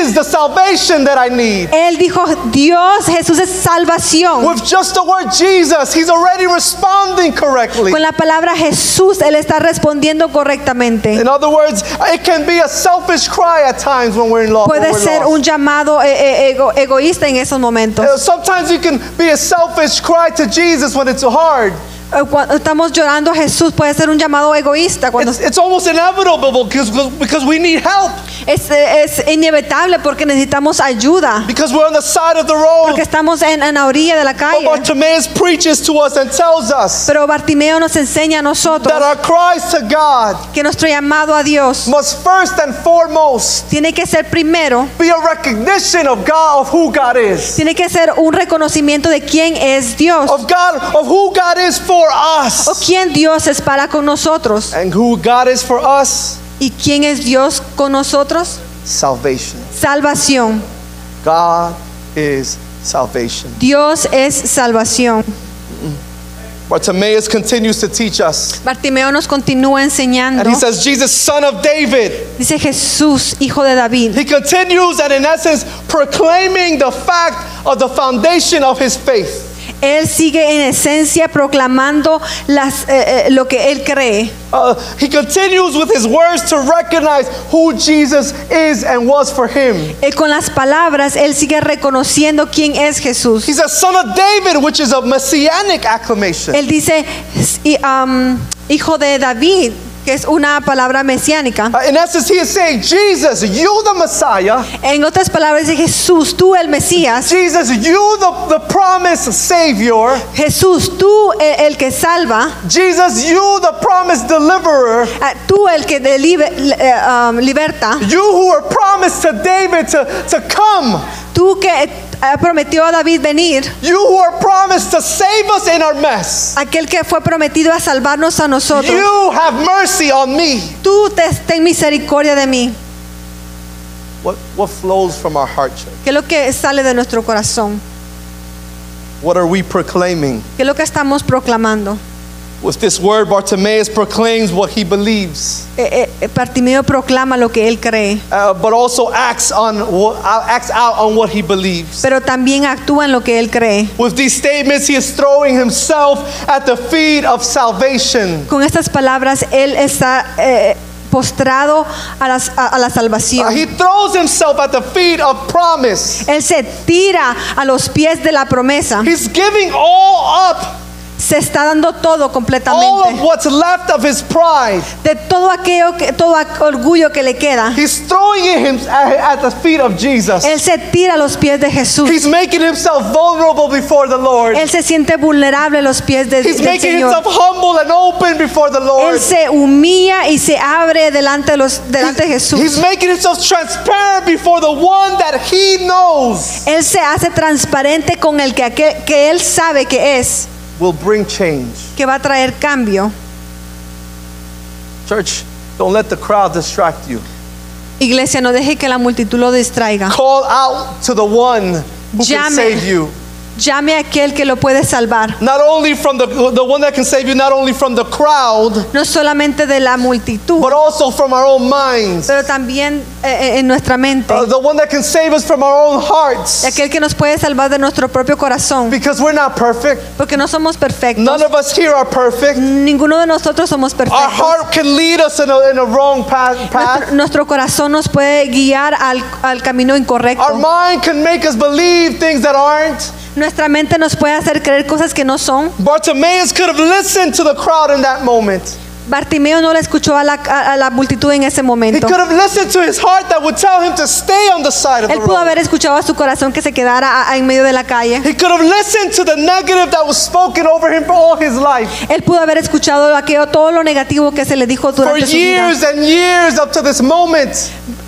Speaker 2: is the salvation that I need.
Speaker 3: Él dijo Dios Jesús es salvación.
Speaker 2: With just the word Jesus, he's already responding correctly.
Speaker 3: Con la palabra Jesús Él está respondiendo correctamente.
Speaker 2: In other words, it can be a selfish cry at times when we're in love.
Speaker 3: Puede ser un llamado eh, eh, ego- egoísta en esos momentos.
Speaker 2: Eh, Uh, Sometimes you can be a selfish cry to Jesus when it's hard.
Speaker 3: Eh, Cuando estamos llorando a Jesús puede ser un llamado egoísta cuando
Speaker 2: It's, it's almost inevitable because, because we need help,
Speaker 3: Es, es inevitable porque necesitamos ayuda.
Speaker 2: because we're on the side of the
Speaker 3: Porque
Speaker 2: road.
Speaker 3: estamos en, en la orilla de la
Speaker 2: But
Speaker 3: calle.
Speaker 2: Bartimaeus preaches to us and tells us
Speaker 3: Pero Bartimeo nos enseña a
Speaker 2: that
Speaker 3: nosotros
Speaker 2: our cries to God
Speaker 3: que nuestro llamado a Dios
Speaker 2: must first and foremost
Speaker 3: tiene que ser primero,
Speaker 2: be a recognition of God, of who God is,
Speaker 3: tiene que ser un reconocimiento de quién es Dios
Speaker 2: of God, of who God is for
Speaker 3: o
Speaker 2: us.
Speaker 3: quién Dios es para con nosotros.
Speaker 2: And who God is for us,
Speaker 3: ¿Y quién es Dios con nosotros?
Speaker 2: salvation.
Speaker 3: Salvación.
Speaker 2: God is salvation.
Speaker 3: Dios es salvación.
Speaker 2: Bartimaeus continues to teach us.
Speaker 3: Bartimeo nos continúa enseñando.
Speaker 2: And he says, Jesus, son of David.
Speaker 3: Dice Jesús, hijo de David.
Speaker 2: He continues and, in essence, proclaiming the fact of the foundation of his faith.
Speaker 3: Él sigue en esencia proclamando las, eh, eh, lo que él cree.
Speaker 2: Uh, he continues with his words to recognize who Jesus is and was for him.
Speaker 3: Él con las palabras, él sigue reconociendo quién es Jesús.
Speaker 2: He says, Son of David, which is a messianic acclamation.
Speaker 3: Él dice, y, um, hijo de David, que es una palabra mesiánica.
Speaker 2: Uh, in essence, he is saying, Jesus, you the Messiah.
Speaker 3: En otras palabras, dice Jesús, tú el Mesías.
Speaker 2: Jesus, you the, the promised Savior.
Speaker 3: Jesús, tú el, el que salva.
Speaker 2: Jesus, you the promised deliverer.
Speaker 3: Ah, Tú el que delibe- li- eh, um, liberta.
Speaker 2: You who were promised to David to, to come.
Speaker 3: Tú que eh, prometió a David venir.
Speaker 2: You who are promised to save us in our mess.
Speaker 3: Aquel que fue prometido a salvarnos a nosotros.
Speaker 2: You have mercy on me.
Speaker 3: Tú te, ten misericordia de mí.
Speaker 2: What, what flows from our heart, church?
Speaker 3: ¿Qué es lo que sale de nuestro corazón?
Speaker 2: What are we proclaiming?
Speaker 3: ¿Qué es lo que estamos proclamando?
Speaker 2: With this word, Bartimaeus proclaims what he believes,
Speaker 3: Eh, eh, Bartimeo proclama lo que él cree,
Speaker 2: uh, but also acts on what, uh, acts out on what he believes.
Speaker 3: pero también actúa en lo que él cree.
Speaker 2: With these statements, he is throwing himself at the feet of salvation.
Speaker 3: Con estas palabras, él está eh, postrado a, las- a- a la
Speaker 2: Uh,
Speaker 3: salvación.
Speaker 2: he throws himself at the feet of promise.
Speaker 3: Él se tira a los pies de la promesa.
Speaker 2: He's giving all up,
Speaker 3: Se está dando todo
Speaker 2: all of
Speaker 3: completamente.
Speaker 2: what's left of his pride.
Speaker 3: De todo aquello, que, todo aqu- orgullo que le queda.
Speaker 2: He's throwing it him at, at the feet of Jesus.
Speaker 3: Él se tira a los pies de Jesús.
Speaker 2: He's making himself vulnerable before the Lord.
Speaker 3: Él se siente vulnerable a los pies de,
Speaker 2: He's
Speaker 3: del
Speaker 2: making
Speaker 3: Señor.
Speaker 2: himself humble and open before the Lord.
Speaker 3: Él se humilla y se abre delante de, los, delante de
Speaker 2: He's
Speaker 3: Jesús.
Speaker 2: making himself transparent before the one that he knows
Speaker 3: Él se hace transparente con el que, aquel- que Él sabe que es,
Speaker 2: will bring change.
Speaker 3: que va a traer cambio.
Speaker 2: Church, don't let the crowd distract you.
Speaker 3: Iglesia, no deje que la multitud lo distraiga.
Speaker 2: Call out to the one who can
Speaker 3: Llame.
Speaker 2: save you.
Speaker 3: Llame a aquel que lo puede salvar.
Speaker 2: Not only from the, the one that can save you, not only from the crowd,
Speaker 3: No solamente de la multitud,
Speaker 2: but also from our own minds.
Speaker 3: pero también eh, eh, en nuestra mente.
Speaker 2: Uh, the one that can save us from our own
Speaker 3: De
Speaker 2: hearts.
Speaker 3: aquel que nos puede salvar de nuestro propio corazón.
Speaker 2: Because we're not perfect.
Speaker 3: Porque no somos
Speaker 2: None
Speaker 3: perfectos.
Speaker 2: of us here are perfect.
Speaker 3: Ninguno de nosotros somos
Speaker 2: Our
Speaker 3: perfectos.
Speaker 2: heart can lead us in a, in a wrong path.
Speaker 3: Nuestro,
Speaker 2: path.
Speaker 3: nuestro corazón nos puede guiar al, al camino
Speaker 2: Our
Speaker 3: incorrecto.
Speaker 2: mind can make us believe things that aren't.
Speaker 3: Nuestra mente nos puede hacer creer cosas que no son.
Speaker 2: Bartimaeus could have listened to the crowd in that moment.
Speaker 3: Bartimeo no le escuchó a la, a- a la multitud en ese
Speaker 2: He
Speaker 3: momento.
Speaker 2: could have listened to his heart that would tell him to stay on the side of the
Speaker 3: Él pudo
Speaker 2: road.
Speaker 3: haber escuchado a su corazón que se quedara a- a- en medio de la calle.
Speaker 2: He could have listened to the negative that was spoken over him for all his life.
Speaker 3: Él pudo haber escuchado aquello, todo lo negativo que se le dijo
Speaker 2: For
Speaker 3: durante su vida.
Speaker 2: years and years up to this moment,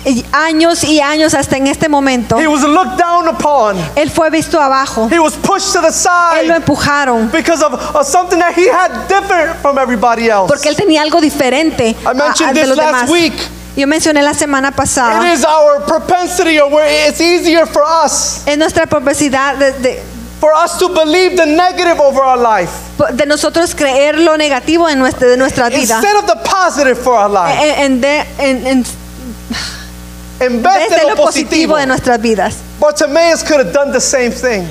Speaker 3: Y años y años hasta en este momento.
Speaker 2: he was looked down upon.
Speaker 3: Él fue visto abajo.
Speaker 2: He was pushed to the
Speaker 3: Él lo
Speaker 2: side
Speaker 3: empujaron
Speaker 2: because of, of something that he had different from everybody else.
Speaker 3: porque él tenía algo diferente
Speaker 2: I mentioned
Speaker 3: a- a- de
Speaker 2: this
Speaker 3: los
Speaker 2: last
Speaker 3: demás.
Speaker 2: week.
Speaker 3: Yo mencioné la semana
Speaker 2: Ah. It
Speaker 3: pasada.
Speaker 2: is our propensity, or where it's easier for us,
Speaker 3: Es nuestra propensidad de, de-
Speaker 2: for us to believe the negative over our life
Speaker 3: de nosotros creer lo negativo en nuestra, de nuestra vida. Eh,
Speaker 2: instead of the positive for our life.
Speaker 3: En, en de- en- en
Speaker 2: En
Speaker 3: vez
Speaker 2: vez
Speaker 3: de
Speaker 2: de
Speaker 3: eh, lo positivo de nuestras vidas.
Speaker 2: Bartimaeus could have done the same thing.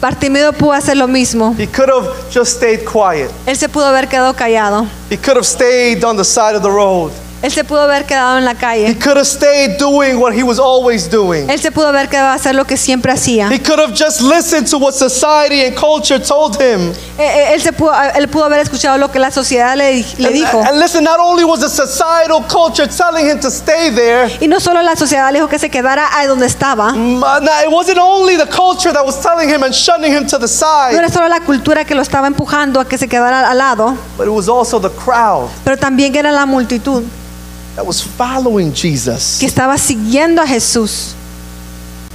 Speaker 3: Bartimeo pudo hacer lo mismo.
Speaker 2: He could have just stayed quiet.
Speaker 3: Él se pudo haber quedado callado.
Speaker 2: He could have stayed on the side of the road.
Speaker 3: Él se pudo haber quedado en la
Speaker 2: He
Speaker 3: calle.
Speaker 2: could have stayed doing what he was always doing.
Speaker 3: Él se pudo haber quedado a hacer lo que siempre hacía.
Speaker 2: He could have just listened to what society and culture told him.
Speaker 3: Eh, eh, él, se pudo, él pudo haber escuchado lo que la sociedad le, di- le
Speaker 2: And,
Speaker 3: dijo.
Speaker 2: and listen, not only was the societal culture telling him to stay there,
Speaker 3: Y no solo la sociedad le dijo que se quedara ahí donde estaba, no
Speaker 2: m- uh, no, it wasn't only the culture that was telling him and shunning him to the
Speaker 3: era
Speaker 2: side,
Speaker 3: solo la cultura que lo estaba empujando a que se quedara al lado,
Speaker 2: but it was also the crowd
Speaker 3: pero también era la multitud
Speaker 2: that was following Jesus.
Speaker 3: que estaba siguiendo a Jesús.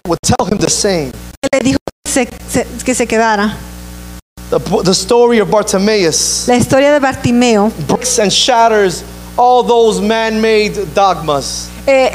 Speaker 2: It would tell him the same.
Speaker 3: Él le dijo que se, se- que se quedara.
Speaker 2: The, the story of Bartimaeus
Speaker 3: La historia de Bartimeo
Speaker 2: breaks and shatters all those man-made dogmas.
Speaker 3: eh,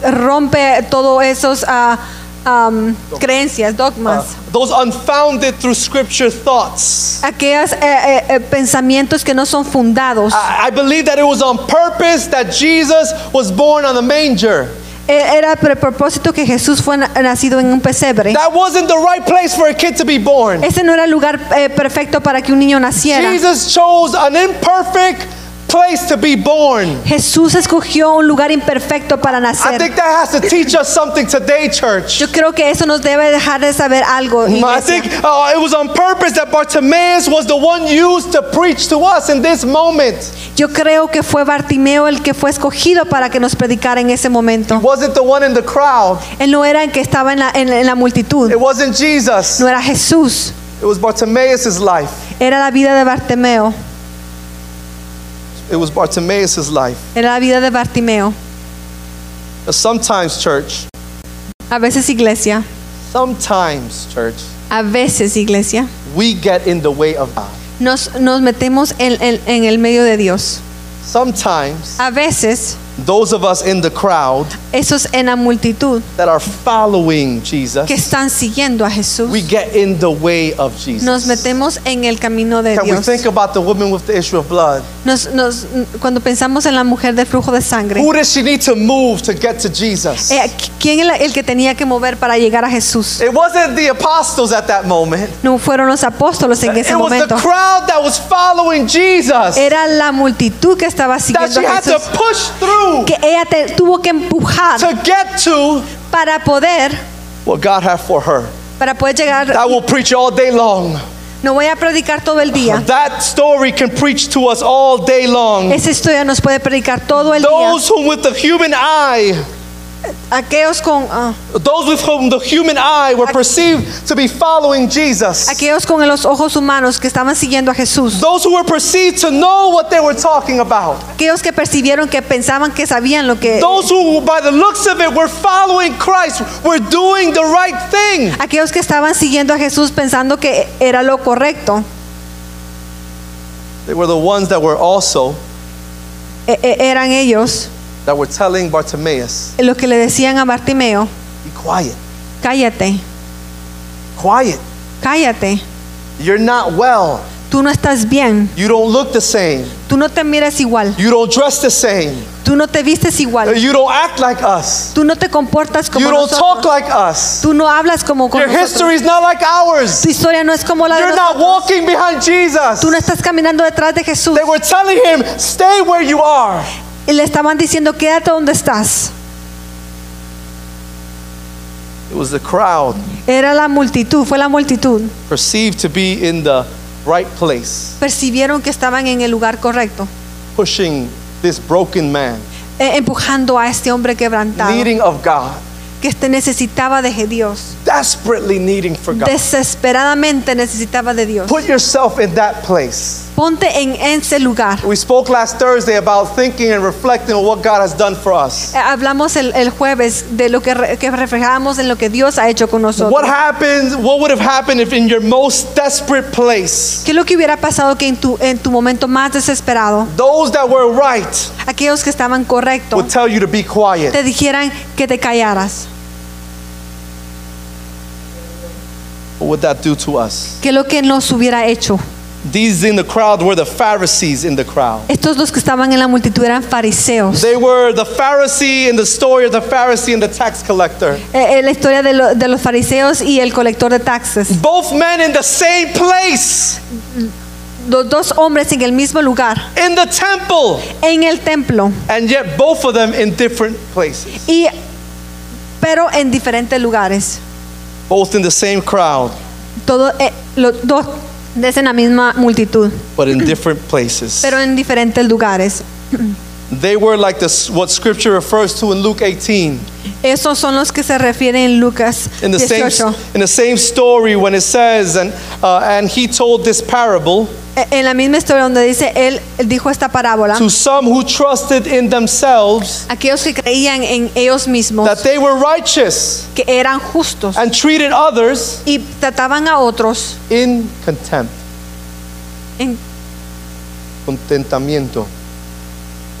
Speaker 3: eh, rompe todos esos ah, am, creencias,
Speaker 2: Uh,
Speaker 3: dogmas,
Speaker 2: those unfounded through scripture thoughts.
Speaker 3: aquellos eh, pensamientos que no son fundados.
Speaker 2: I, I believe that it was on purpose that Jesus was born on the manger.
Speaker 3: Eh, Era por el propósito que Jesús fue na- nacido en un pesebre.
Speaker 2: That wasn't the right place for a kid to be born.
Speaker 3: Ese no era el lugar eh, perfecto para que un niño naciera.
Speaker 2: Jesus chose an imperfect place to be born.
Speaker 3: Jesús escogió un lugar imperfecto para
Speaker 2: I
Speaker 3: nacer.
Speaker 2: think that has to teach us something today, church.
Speaker 3: Yo creo que eso nos debe dejar de saber algo.
Speaker 2: I
Speaker 3: iglesia.
Speaker 2: think uh, it was on purpose that Bartimaeus was the one used to preach to us in this moment.
Speaker 3: Yo creo que fue Bartimeo el que fue escogido para que nos predicara en ese momento.
Speaker 2: Wasn't the one in the crowd.
Speaker 3: Él no era el que estaba en la, en- en la multitud.
Speaker 2: It wasn't Jesus.
Speaker 3: No era Jesús.
Speaker 2: It was Bartimaeus' life.
Speaker 3: Era la vida de Bartimeo.
Speaker 2: It was Bartimaeus' life.
Speaker 3: Era la vida de Bartimeo.
Speaker 2: Sometimes, church,
Speaker 3: A veces iglesia.
Speaker 2: sometimes, church,
Speaker 3: A veces iglesia.
Speaker 2: we get in the way of God.
Speaker 3: Nos, nos metemos en, en- en el medio de Dios.
Speaker 2: Sometimes
Speaker 3: A veces
Speaker 2: those of us in the crowd
Speaker 3: esos en la multitud
Speaker 2: that are following
Speaker 3: que
Speaker 2: Jesus,
Speaker 3: están siguiendo a Jesús.
Speaker 2: we get in the way of
Speaker 3: Nos
Speaker 2: Jesus.
Speaker 3: metemos en el camino de
Speaker 2: Can we
Speaker 3: Dios.
Speaker 2: think about the woman with the issue of blood?
Speaker 3: Nos- nos- cuando pensamos en la mujer del flujo de sangre,
Speaker 2: Who does she need to move to get to Jesus?
Speaker 3: eh, ¿quién era el que tenía que mover para llegar a Jesús?
Speaker 2: It wasn't the apostles at that moment.
Speaker 3: No fueron los apóstoles en ese
Speaker 2: It was the
Speaker 3: momento.
Speaker 2: crowd that was following Jesus
Speaker 3: Era la multitud que estaba
Speaker 2: that
Speaker 3: siguiendo
Speaker 2: she
Speaker 3: a
Speaker 2: had to
Speaker 3: Jesús.
Speaker 2: push through
Speaker 3: Que ella te- tuvo que empujar
Speaker 2: to get to
Speaker 3: para poder,
Speaker 2: what God had for her.
Speaker 3: para poder
Speaker 2: I
Speaker 3: llegar.
Speaker 2: will preach all day long.
Speaker 3: No voy a predicar todo el día.
Speaker 2: That story can preach to us all day long.
Speaker 3: Esa historia nos puede predicar todo el día.
Speaker 2: Those whom with the human eye,
Speaker 3: Aquellos con ah,
Speaker 2: those with whom the human eye were perceived to be following Jesus.
Speaker 3: aquellos con los ojos humanos que estaban siguiendo a Jesús.
Speaker 2: Those who were perceived to know what they were talking about.
Speaker 3: Aquellos que percibieron que pensaban que sabían lo que
Speaker 2: Those who, by the looks of it, were following Christ, were doing the right thing.
Speaker 3: aquellos que estaban siguiendo a Jesús pensando que era lo correcto.
Speaker 2: They were the ones that were also
Speaker 3: E- e- eran ellos
Speaker 2: that were telling Bartimaeus,
Speaker 3: los que le decían a Bartimeo,
Speaker 2: "Be quiet,
Speaker 3: cállate,
Speaker 2: quiet.
Speaker 3: cállate,
Speaker 2: You're not well.
Speaker 3: tú no estás bien,
Speaker 2: You don't look the same.
Speaker 3: tú no te miras igual,
Speaker 2: You don't dress the same.
Speaker 3: tú no te vistes igual,
Speaker 2: You don't act like us.
Speaker 3: tú no te comportas como
Speaker 2: You don't talk
Speaker 3: nosotros,
Speaker 2: like us.
Speaker 3: tú no hablas como con
Speaker 2: Your
Speaker 3: nosotros,
Speaker 2: history is not like ours.
Speaker 3: tu historia no es como la de
Speaker 2: You're not
Speaker 3: nosotros,
Speaker 2: walking behind Jesus.
Speaker 3: tú no estás caminando detrás de Jesús.
Speaker 2: They were telling him, "Stay where you are."
Speaker 3: Y le estaban diciendo, quédate donde estás.
Speaker 2: It was the crowd
Speaker 3: Era la multitud, fue la multitud.
Speaker 2: perceived to be in the right place,
Speaker 3: Percibieron que estaban en el lugar correcto,
Speaker 2: pushing this broken man,
Speaker 3: eh, empujando a este hombre quebrantado.
Speaker 2: needing of God,
Speaker 3: que este necesitaba de Dios.
Speaker 2: desperately needing for God.
Speaker 3: Desesperadamente necesitaba de Dios.
Speaker 2: Put yourself in that place.
Speaker 3: Ponte en ese lugar.
Speaker 2: We spoke last Thursday about thinking and reflecting on what God has done for us.
Speaker 3: Eh, Hablamos el, el jueves de lo que, re- que reflejamos en lo que Dios ha hecho con
Speaker 2: What
Speaker 3: nosotros.
Speaker 2: happens, what would have happened if in your most desperate place,
Speaker 3: ¿Qué es lo que hubiera pasado que en tu, en tu momento más desesperado,
Speaker 2: those that were right
Speaker 3: aquellos que estaban
Speaker 2: would
Speaker 3: correctos
Speaker 2: tell you to be quiet?
Speaker 3: te dijeran que te callaras?
Speaker 2: What would that do to us?
Speaker 3: ¿Qué es lo que nos hubiera hecho?
Speaker 2: These in the crowd were the Pharisees in the crowd.
Speaker 3: Estos los que estaban en la multitud eran fariseos.
Speaker 2: They were the Pharisee in the story of the Pharisee and the tax collector.
Speaker 3: Eh, eh, la historia de, lo- de los fariseos y el colector de taxes.
Speaker 2: Both men in the same place,
Speaker 3: Los dos hombres en el mismo lugar,
Speaker 2: in the temple,
Speaker 3: en el templo.
Speaker 2: and yet both of them in different places.
Speaker 3: y pero en diferentes lugares.
Speaker 2: Both in the same crowd,
Speaker 3: Todo, eh, los dos es en la misma multitud,
Speaker 2: but in different places.
Speaker 3: pero en diferentes lugares.
Speaker 2: They were like this, what scripture refers to in Luke 18.
Speaker 3: Esos son los que se refieren en Lucas
Speaker 2: In the, same,
Speaker 3: 18.
Speaker 2: in the same story when it says, and, uh, and he told this parable
Speaker 3: Eh, En la misma historia donde dice, él él dijo esta parábola.
Speaker 2: to some who trusted in themselves
Speaker 3: Aquellos que creían en ellos mismos,
Speaker 2: that they were righteous
Speaker 3: que eran justos
Speaker 2: and treated others
Speaker 3: y trataban a otros
Speaker 2: in contempt.
Speaker 3: en
Speaker 2: Contentamiento.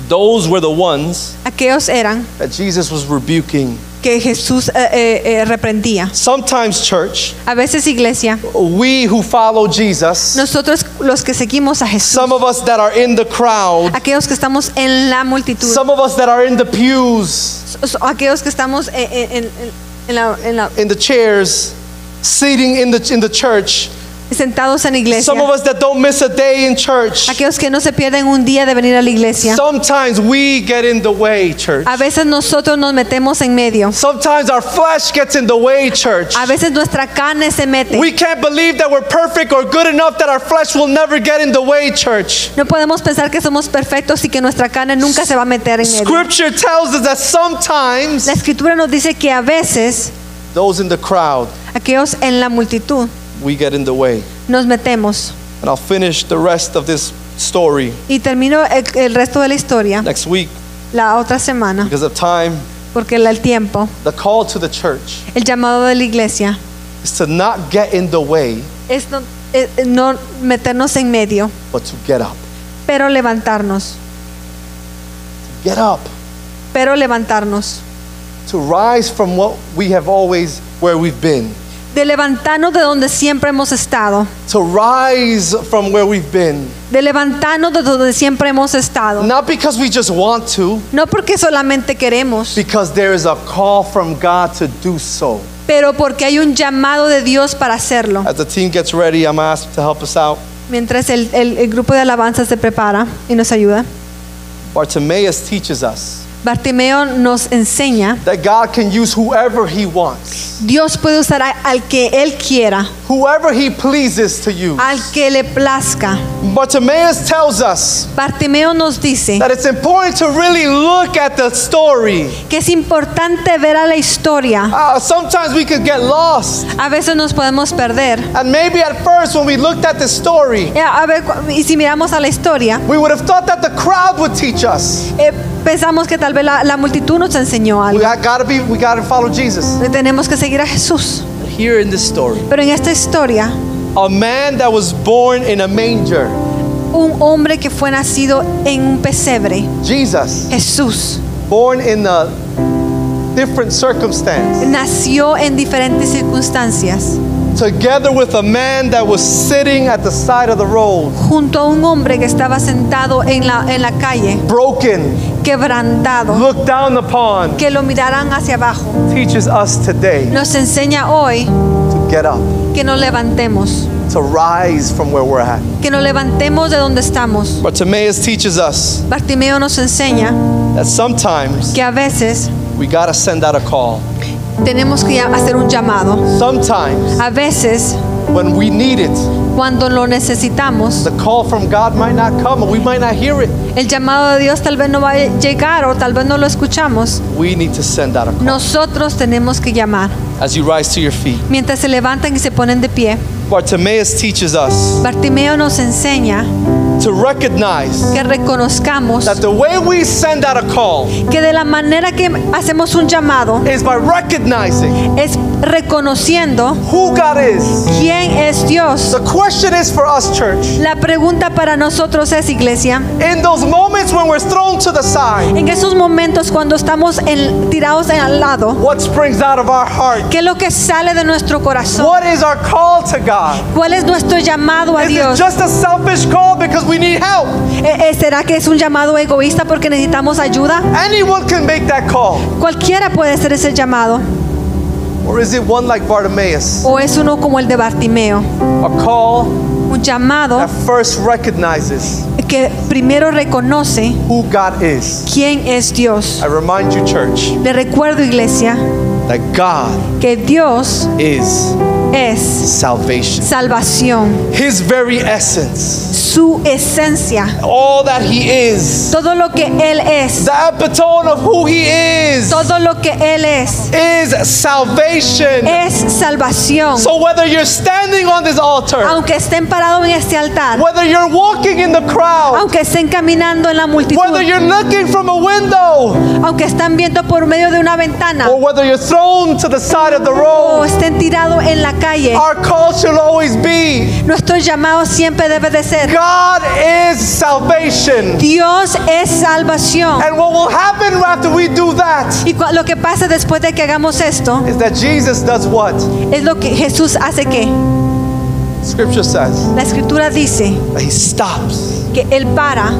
Speaker 2: Those were the ones
Speaker 3: aquellos eran
Speaker 2: that Jesus was rebuking.
Speaker 3: que Jesús eh, eh, eh, reprendía.
Speaker 2: Sometimes, church,
Speaker 3: A veces iglesia,
Speaker 2: we who follow Jesus,
Speaker 3: nosotros los que seguimos a Jesús,
Speaker 2: some of us that are in the crowd,
Speaker 3: aquellos que estamos en la multitud,
Speaker 2: some of us that are in the pews,
Speaker 3: so- so- aquellos que estamos en, en- en- en- en la- en la-
Speaker 2: in the chairs, seating in the in the church.
Speaker 3: sentados en la iglesia,
Speaker 2: Some of us that don't miss a day in church.
Speaker 3: aquellos que no se pierden un día de venir a la iglesia.
Speaker 2: Sometimes we get in the way, church.
Speaker 3: A veces nosotros nos metemos en medio,
Speaker 2: Sometimes our flesh gets in the way, church.
Speaker 3: a veces nuestra carne se mete.
Speaker 2: We can't believe that we're perfect or good enough that our flesh will never get in the way, church.
Speaker 3: No podemos pensar que somos perfectos y que nuestra carne nunca se va a meter en medio.
Speaker 2: Scripture tells us that sometimes
Speaker 3: La escritura nos dice que a veces
Speaker 2: those in the crowd,
Speaker 3: aquellos en la multitud
Speaker 2: we get in the way.
Speaker 3: nos metemos.
Speaker 2: And I'll finish the rest of this story
Speaker 3: Y termino el, el resto de la historia
Speaker 2: next week
Speaker 3: la otra semana,
Speaker 2: because of time.
Speaker 3: porque el tiempo,
Speaker 2: The call to the church
Speaker 3: el llamado de la iglesia
Speaker 2: is to not get in the way,
Speaker 3: es no, eh, no meternos en medio,
Speaker 2: but to get up.
Speaker 3: pero levantarnos,
Speaker 2: Get up.
Speaker 3: pero levantarnos,
Speaker 2: to rise from what we have always, where we've been.
Speaker 3: de levantarnos de donde siempre hemos estado,
Speaker 2: To rise from where we've been.
Speaker 3: de levantarnos de donde siempre hemos estado.
Speaker 2: Not because we just want to,
Speaker 3: No porque solamente queremos,
Speaker 2: because there is a call from God to do so.
Speaker 3: pero porque hay un llamado de Dios para hacerlo.
Speaker 2: As the team gets ready, I'm asked to help us out.
Speaker 3: Mientras el, el- el grupo de alabanza se prepara y nos ayuda,
Speaker 2: Bartimaeus teaches us
Speaker 3: Bartimeo nos enseña,
Speaker 2: that God can use whoever he wants,
Speaker 3: Dios puede usar a- al que Él quiera,
Speaker 2: whoever he pleases to use.
Speaker 3: al que le plazca.
Speaker 2: Bartimaeus tells us
Speaker 3: Bartimeo nos dice
Speaker 2: that it's important to really look at the story.
Speaker 3: que es importante ver a la historia.
Speaker 2: Uh, sometimes we could get lost.
Speaker 3: A veces nos podemos perder.
Speaker 2: And maybe at first, when we looked at the story,
Speaker 3: Eh, A ver, cu- y si miramos a la historia,
Speaker 2: we would have thought that the crowd would teach us.
Speaker 3: eh, pensamos que tal vez la, la multitud nos enseñó
Speaker 2: We
Speaker 3: algo.
Speaker 2: got- gotta be, we gotta follow Jesus.
Speaker 3: que Tenemos que seguir a Jesús.
Speaker 2: Here in this story,
Speaker 3: Pero en esta historia,
Speaker 2: a man that was born in a manger,
Speaker 3: un hombre que fue nacido en un pesebre,
Speaker 2: Jesus,
Speaker 3: Jesús,
Speaker 2: born in a different circumstance,
Speaker 3: nació en diferentes circunstancias,
Speaker 2: together with a man that was sitting at the side of the road,
Speaker 3: junto a un hombre que estaba sentado en la, en la calle,
Speaker 2: broken,
Speaker 3: quebrantado,
Speaker 2: looked down upon,
Speaker 3: que lo miraran hacia abajo.
Speaker 2: teaches us today
Speaker 3: Nos enseña hoy
Speaker 2: to get up,
Speaker 3: que nos levantemos,
Speaker 2: to rise from where we're at.
Speaker 3: que nos levantemos de donde estamos.
Speaker 2: Bartimaeus teaches us
Speaker 3: Bartimeo nos enseña
Speaker 2: that sometimes
Speaker 3: que a veces
Speaker 2: we gotta send out a call.
Speaker 3: tenemos que hacer un llamado.
Speaker 2: Sometimes
Speaker 3: A veces,
Speaker 2: when we need it,
Speaker 3: cuando lo necesitamos,
Speaker 2: the call from God might not come or we might not hear it.
Speaker 3: el llamado de Dios tal vez no va a llegar o tal vez no lo escuchamos.
Speaker 2: We need to send out a call.
Speaker 3: Nosotros tenemos que llamar.
Speaker 2: As you rise to your feet,
Speaker 3: Mientras se levantan y se ponen de pie,
Speaker 2: Bartimaeus teaches us
Speaker 3: Bartimeo nos enseña
Speaker 2: to recognize
Speaker 3: que reconozcamos
Speaker 2: that the way we send out a call
Speaker 3: que de la manera que hacemos un llamado
Speaker 2: is by recognizing
Speaker 3: es reconociendo
Speaker 2: who God is.
Speaker 3: quién es Dios.
Speaker 2: The question is for us, church,
Speaker 3: La pregunta para nosotros es, iglesia,
Speaker 2: in those moments when we're thrown to the side,
Speaker 3: en esos momentos cuando estamos en- tirados en al lado,
Speaker 2: what springs out of our heart?
Speaker 3: ¿qué es lo que sale de nuestro corazón?
Speaker 2: What is our call to God?
Speaker 3: ¿Cuál es nuestro llamado a
Speaker 2: Is it
Speaker 3: Oh, Dios?
Speaker 2: just a selfish call because we need help?
Speaker 3: Eh, eh, ¿Será que es un llamado egoísta porque necesitamos ayuda?
Speaker 2: Anyone can make that call.
Speaker 3: Cualquiera puede hacer ese llamado.
Speaker 2: Or is it one like Bartimaeus?
Speaker 3: O es uno como el de Bartimeo,
Speaker 2: A call
Speaker 3: un llamado
Speaker 2: that first recognizes
Speaker 3: que primero reconoce
Speaker 2: who God is.
Speaker 3: quién es Dios.
Speaker 2: I remind you, church,
Speaker 3: Le recuerdo, iglesia,
Speaker 2: that God
Speaker 3: que Dios
Speaker 2: is
Speaker 3: es
Speaker 2: salvation.
Speaker 3: salvación,
Speaker 2: His very essence,
Speaker 3: su esencia,
Speaker 2: all that He is,
Speaker 3: todo lo que Él es,
Speaker 2: the epitome of who He is,
Speaker 3: todo lo que Él es,
Speaker 2: is salvation.
Speaker 3: es salvación.
Speaker 2: So whether you're standing on this altar,
Speaker 3: Aunque estén parados en este altar,
Speaker 2: whether you're walking in the crowd,
Speaker 3: aunque estén caminando en la multitud,
Speaker 2: whether you're looking from a window,
Speaker 3: aunque están viendo por medio de una ventana
Speaker 2: or whether you're thrown to the side of the
Speaker 3: o
Speaker 2: road,
Speaker 3: Oh, estén tirados en la calle,
Speaker 2: our call shall always be
Speaker 3: nuestro llamado siempre debe de ser,
Speaker 2: God is salvation.
Speaker 3: Dios es salvación.
Speaker 2: And what will happen after we do that
Speaker 3: Y cua- lo que pasa después de que hagamos esto
Speaker 2: is that Jesus does what?
Speaker 3: es lo que Jesús hace que
Speaker 2: Scripture says
Speaker 3: la escritura dice
Speaker 2: that he stops.
Speaker 3: que él para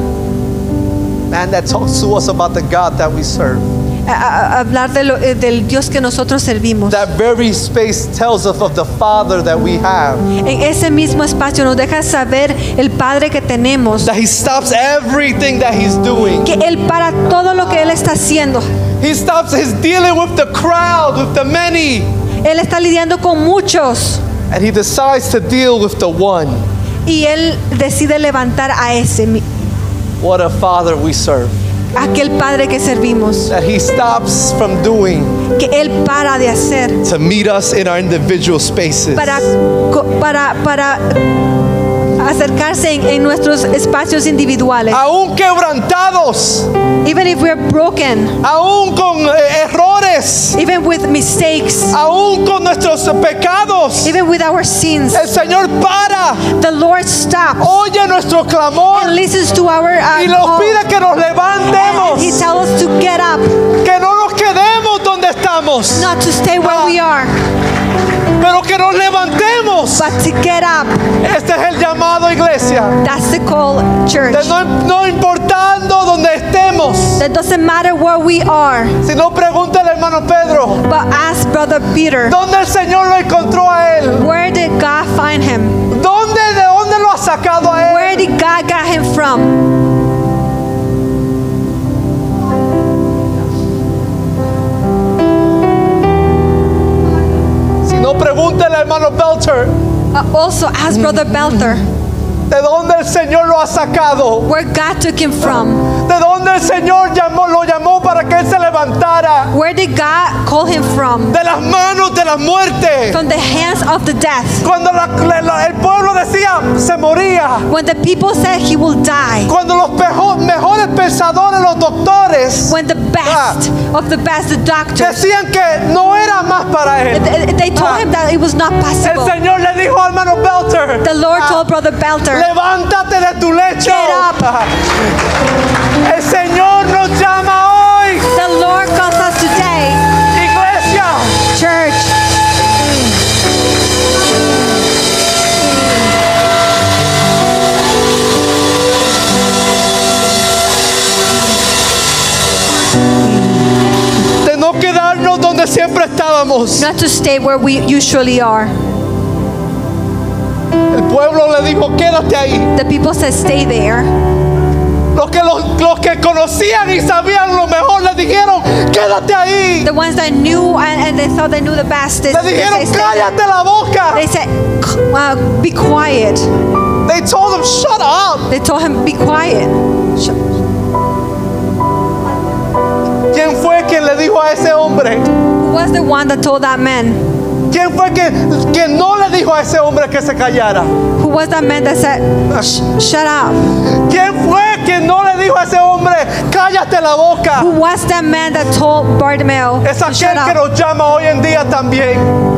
Speaker 2: Man that talks to us about the God that we serve.
Speaker 3: a, a- a hablar de lo- eh, del Dios que nosotros servimos.
Speaker 2: That very space tells us of the Father that we have.
Speaker 3: En ese mismo espacio nos deja saber el Padre que tenemos,
Speaker 2: That he stops everything that he's doing.
Speaker 3: que él para todo lo que él está haciendo.
Speaker 2: He stops his dealing with the crowd, with the many,
Speaker 3: Él está lidiando con muchos
Speaker 2: and he decides to deal with the one.
Speaker 3: y él decide levantar a ese, mi-
Speaker 2: What a Father we serve.
Speaker 3: aquel Padre que servimos,
Speaker 2: That he stops from doing
Speaker 3: que él para de hacer
Speaker 2: to meet us in our individual spaces.
Speaker 3: para co- para para acercarse en, en nuestros espacios individuales.
Speaker 2: aún quebrantados,
Speaker 3: Even if we're broken,
Speaker 2: aún con eh, errores, errores,
Speaker 3: even with mistakes,
Speaker 2: aún con nuestros pecados,
Speaker 3: even with our sins.
Speaker 2: el Señor para,
Speaker 3: The Lord stops
Speaker 2: oye nuestro clamor
Speaker 3: and listens to our uh,
Speaker 2: y nos
Speaker 3: call.
Speaker 2: pide que nos
Speaker 3: And He
Speaker 2: levantemos,
Speaker 3: tells us to get up,
Speaker 2: que no nos quedemos donde estamos,
Speaker 3: not to stay
Speaker 2: Ah.
Speaker 3: where we are,
Speaker 2: pero que nos levantemos.
Speaker 3: but to get up.
Speaker 2: Este es el llamado, iglesia.
Speaker 3: That's the call, church.
Speaker 2: De no, no importando donde estemos,
Speaker 3: That doesn't matter where we are,
Speaker 2: si no pregunta al hermano Pedro,
Speaker 3: but ask Brother Peter,
Speaker 2: ¿dónde el Señor lo encontró a él?
Speaker 3: where did God find him?
Speaker 2: ¿Dónde, de dónde lo ha sacado a él?
Speaker 3: Where did God get him from?
Speaker 2: Si no pregunta al hermano Belcher,
Speaker 3: Uh, also ask Brother Belter,
Speaker 2: ¿de dónde el Señor lo ha sacado?
Speaker 3: where God took him from.
Speaker 2: de donde el Señor llamó, lo llamó para que él se levantara
Speaker 3: Where did God call him from?
Speaker 2: de las manos de la muerte.
Speaker 3: From the hands of the death.
Speaker 2: Cuando la- la- la- el pueblo decía se moría,
Speaker 3: When the people said he will die.
Speaker 2: cuando los pejo- mejores pensadores, los doctores,
Speaker 3: When the best of the best, the doctors,
Speaker 2: decían que no era más para él.
Speaker 3: they they told him that it was not
Speaker 2: El
Speaker 3: possible.
Speaker 2: Señor le dijo al hermano Belter,
Speaker 3: The Lord
Speaker 2: ah,
Speaker 3: told Brother Belter,
Speaker 2: levántate de tu lecho.
Speaker 3: Get up.
Speaker 2: El Señor nos llama hoy,
Speaker 3: the Lord calls us today,
Speaker 2: iglesia.
Speaker 3: church.
Speaker 2: De no quedarnos donde siempre estábamos.
Speaker 3: not to stay where we usually are.
Speaker 2: El pueblo le dijo, quédate ahí.
Speaker 3: The people said, stay there.
Speaker 2: Los que, los, los que conocían y sabían lo mejor le dijeron, quédate ahí.
Speaker 3: The ones that knew and, and they thought they knew the best, they,
Speaker 2: Le
Speaker 3: they
Speaker 2: dijeron,
Speaker 3: said, "Stay there."
Speaker 2: cállate la boca.
Speaker 3: They said, "C- uh, be quiet.
Speaker 2: They told him, shut up.
Speaker 3: They told him, be quiet. Sh-
Speaker 2: ¿Quién fue quien le dijo a ese hombre?
Speaker 3: Who was the one that told that man?
Speaker 2: ¿Quién fue quien, quien no le dijo a ese hombre que se callara?
Speaker 3: Who was that man that said, "Sh- shut up?
Speaker 2: ¿Quién fue quien no le dijo a ese hombre, cállate la boca?
Speaker 3: Who was that man that told Bartimaeus
Speaker 2: Es
Speaker 3: to shut
Speaker 2: aquel que
Speaker 3: up?
Speaker 2: nos llama hoy en día también.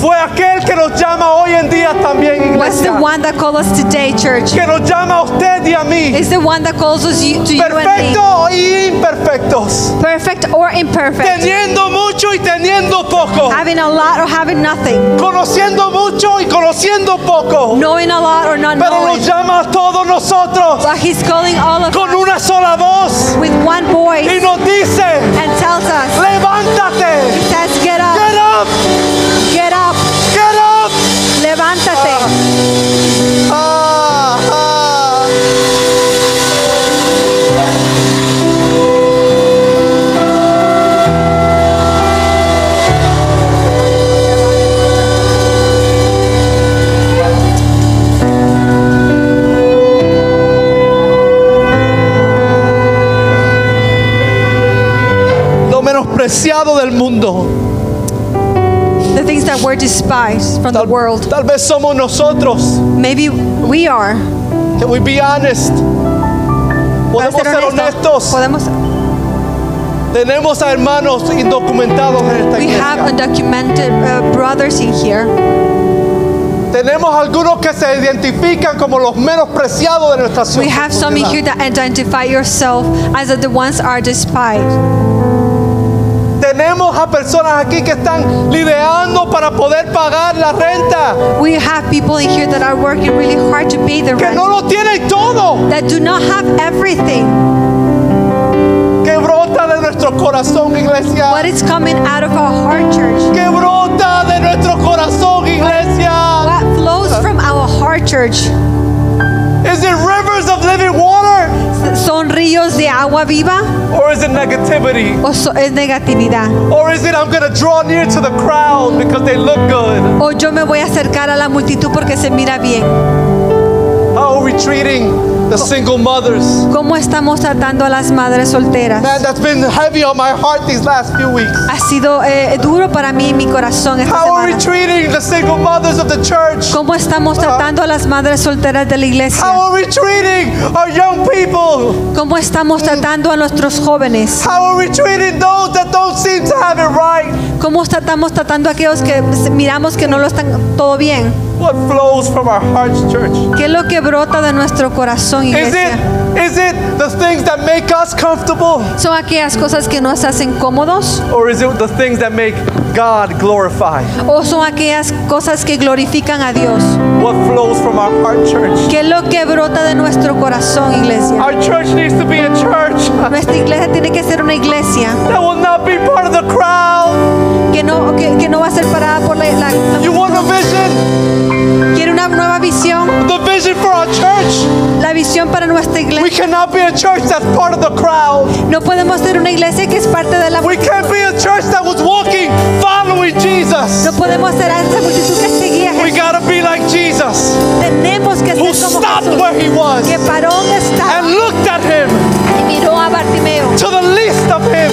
Speaker 2: Fue aquel que nos llama hoy en día también,
Speaker 3: Was the
Speaker 2: iglesia.
Speaker 3: este one that called us today, church?
Speaker 2: Que nos llama a usted y a mí.
Speaker 3: Is the one that calls us you, to you and me.
Speaker 2: Perfectos y imperfectos.
Speaker 3: Perfect or imperfect.
Speaker 2: Teniendo mucho y teniendo poco.
Speaker 3: Having a lot or having nothing.
Speaker 2: Conociendo mucho y conociendo poco.
Speaker 3: knowing a lot or not
Speaker 2: Pero
Speaker 3: knowing.
Speaker 2: nos llama a todos nosotros
Speaker 3: But he's calling all of
Speaker 2: con
Speaker 3: us
Speaker 2: una sola voz
Speaker 3: with one voice
Speaker 2: y nos dice,
Speaker 3: and tells us,
Speaker 2: levántate.
Speaker 3: says, get up,
Speaker 2: Get up,
Speaker 3: get up,
Speaker 2: get up.
Speaker 3: levántate.
Speaker 2: Ah, ah. Lo menospreciado del mundo.
Speaker 3: The things that were despised from the
Speaker 2: Tal,
Speaker 3: world.
Speaker 2: tal vez somos nosotros.
Speaker 3: Maybe we are.
Speaker 2: Can we be honest?
Speaker 3: Para
Speaker 2: Podemos
Speaker 3: ser
Speaker 2: ser
Speaker 3: honesto,
Speaker 2: honestos.
Speaker 3: podemos,
Speaker 2: Tenemos a hermanos indocumentados en esta
Speaker 3: we have
Speaker 2: iglesia.
Speaker 3: undocumented uh, brothers in here.
Speaker 2: Tenemos algunos que se identifican como los menospreciados de nuestra
Speaker 3: We
Speaker 2: sociedad.
Speaker 3: have some in here that identify yourself as that the ones are despised.
Speaker 2: Tenemos a personas aquí que están lidiando para poder pagar la renta,
Speaker 3: We have people in here that are working really hard to pay the
Speaker 2: que
Speaker 3: rent,
Speaker 2: no lo tienen todo,
Speaker 3: that do not have everything.
Speaker 2: que brota de nuestro corazón,
Speaker 3: What
Speaker 2: iglesia.
Speaker 3: is coming out of our heart, church?
Speaker 2: Que brota de nuestro corazón, iglesia.
Speaker 3: What flows from our heart, church,
Speaker 2: Is it rivers of living water
Speaker 3: son ríos de agua viva
Speaker 2: or is it negativity?
Speaker 3: o so- es negatividad.
Speaker 2: Or is it I'm going to draw near to the crowd because they look good?
Speaker 3: O yo me voy a acercar a la multitud porque se mira bien.
Speaker 2: How are we treating the single mothers.
Speaker 3: ¿Cómo estamos tratando a las madres solteras?
Speaker 2: Man, that's been heavy on my heart these last few weeks.
Speaker 3: Ha sido eh, duro para mí mi corazón esta
Speaker 2: How are we
Speaker 3: semana.
Speaker 2: treating the single mothers of the church?
Speaker 3: ¿Cómo estamos tratando a las madres solteras de la iglesia?
Speaker 2: How are we treating our young people?
Speaker 3: ¿Cómo estamos tratando a nuestros jóvenes?
Speaker 2: How are we treating those that don't seem to have it right?
Speaker 3: ¿Cómo estamos tratando a aquellos que miramos que no lo están todo bien?
Speaker 2: What flows from our hearts, church?
Speaker 3: ¿Qué es lo que brota de nuestro corazón,
Speaker 2: Is it
Speaker 3: iglesia?
Speaker 2: is it the things that make us comfortable
Speaker 3: ¿Son aquellas cosas que nos hacen cómodos?
Speaker 2: or is it the things that make God glorified?
Speaker 3: ¿O son aquellas cosas que glorifican a Dios?
Speaker 2: What flows from our heart, church?
Speaker 3: ¿Qué es lo que brota de nuestro corazón, iglesia?
Speaker 2: Our church needs to be a church
Speaker 3: Nuestra iglesia tiene que ser una iglesia
Speaker 2: that will not be part of the crowd.
Speaker 3: que no, que, que no va a ser parada por la... la- la-
Speaker 2: You want a vision?
Speaker 3: quiere una nueva visión,
Speaker 2: The vision for our church.
Speaker 3: la visión para nuestra
Speaker 2: We
Speaker 3: iglesia.
Speaker 2: cannot be a church that's part of the crowd.
Speaker 3: No podemos ser una iglesia que es parte de la...
Speaker 2: We
Speaker 3: No
Speaker 2: can't be a church that was walking, following Jesus.
Speaker 3: podemos ser a esa multitud que seguía a
Speaker 2: We
Speaker 3: Jesús.
Speaker 2: gotta be like Jesus,
Speaker 3: Tenemos que
Speaker 2: who
Speaker 3: ser como
Speaker 2: stopped
Speaker 3: Jesús,
Speaker 2: where he was
Speaker 3: que paró donde
Speaker 2: and
Speaker 3: estaba
Speaker 2: looked at him
Speaker 3: y miró a Bartimeo.
Speaker 2: to the least of him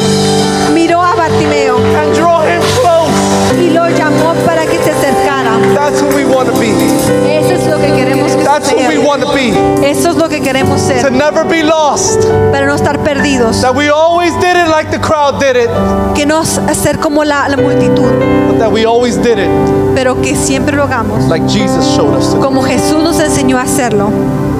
Speaker 3: miró a Bartimeo
Speaker 2: and draw him close.
Speaker 3: y lo llamó para que se acercara.
Speaker 2: That's who we want to be.
Speaker 3: Eso es lo que queremos que
Speaker 2: That's who we
Speaker 3: suceda.
Speaker 2: want to be.
Speaker 3: Eso es lo que queremos
Speaker 2: To
Speaker 3: ser,
Speaker 2: never be lost.
Speaker 3: para no estar perdidos,
Speaker 2: That we always did it like the crowd did it,
Speaker 3: que no ser como la, la multitud,
Speaker 2: but that we always did it
Speaker 3: pero que siempre lo hagamos
Speaker 2: like Jesus showed us to.
Speaker 3: como Jesús nos enseñó a hacerlo.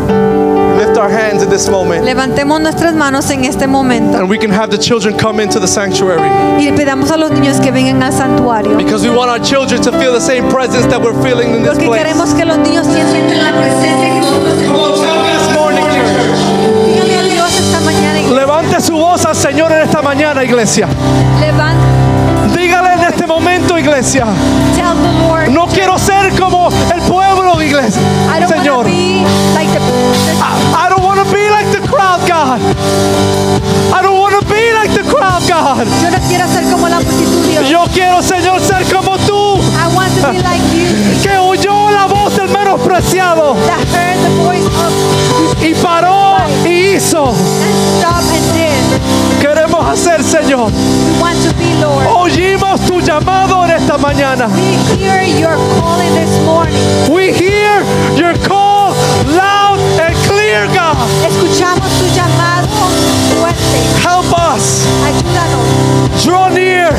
Speaker 2: Lift our hands in this moment,
Speaker 3: Levantemos nuestras manos en este momento
Speaker 2: and we can have the children come into the sanctuary
Speaker 3: y le pidamos a los niños que vengan al santuario,
Speaker 2: because we want our children to feel the same presence that we're feeling in this
Speaker 3: porque
Speaker 2: place.
Speaker 3: queremos que los niños sientan la presencia que nosotros
Speaker 2: Come on, shout this morning, church.
Speaker 3: sentimos. Dígale a Dios esta mañana y
Speaker 2: Levante su voz al Señor en esta mañana, iglesia.
Speaker 3: levanta.
Speaker 2: Dígale en este momento, iglesia.
Speaker 3: Tell the Lord,
Speaker 2: No quiero ser como el pueblo, iglesia.
Speaker 3: I don't
Speaker 2: Señor.
Speaker 3: want to be like the, the
Speaker 2: I I don't want to be like the crowd, God. I don't want to be like the crowd, God.
Speaker 3: Yo no quiero ser como la multitud, Dios.
Speaker 2: Yo quiero, Señor, ser como tú,
Speaker 3: I want to be like you.
Speaker 2: que oyó la voz del menospreciado
Speaker 3: That heard the voice of
Speaker 2: y paró y hizo.
Speaker 3: and stop and did.
Speaker 2: Queremos hacer, Señor.
Speaker 3: We want to be Lord.
Speaker 2: Oímos tu llamado en esta mañana.
Speaker 3: We hear your calling this morning.
Speaker 2: We hear your call loud and clear, God.
Speaker 3: Escuchamos tu llamado fuerte.
Speaker 2: Help us.
Speaker 3: Ayúdanos.
Speaker 2: Draw near.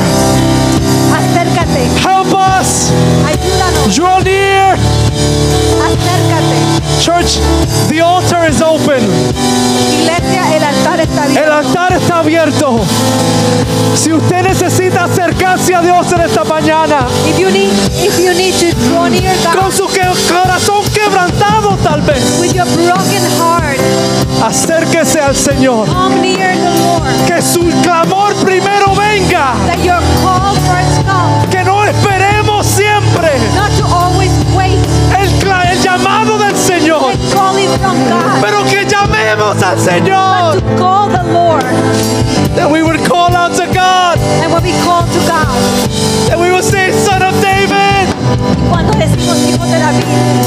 Speaker 3: Acércate.
Speaker 2: Help us.
Speaker 3: Ayúdanos.
Speaker 2: Draw near.
Speaker 3: Acércate.
Speaker 2: Church, the altar is open.
Speaker 3: Iglesia, el altar está
Speaker 2: El
Speaker 3: abierto.
Speaker 2: altar está abierto. Si usted necesita acercarse a Dios en esta mañana,
Speaker 3: If you need, if you need to draw near
Speaker 2: con
Speaker 3: God
Speaker 2: su que- corazón quebrantado tal vez,
Speaker 3: with your broken heart,
Speaker 2: acérquese al Señor.
Speaker 3: come near the Lord.
Speaker 2: Que su clamor primero venga.
Speaker 3: That your call first comes.
Speaker 2: Que no esperemos siempre
Speaker 3: not to always wait
Speaker 2: el, cla- el llamado del Señor.
Speaker 3: and call it from God,
Speaker 2: Pero que llamemos al
Speaker 3: but to
Speaker 2: Señor.
Speaker 3: call the Lord.
Speaker 2: That we would call out to God.
Speaker 3: And when we call to God,
Speaker 2: That we would say, Son of David.
Speaker 3: y cuando decimos hijo de David,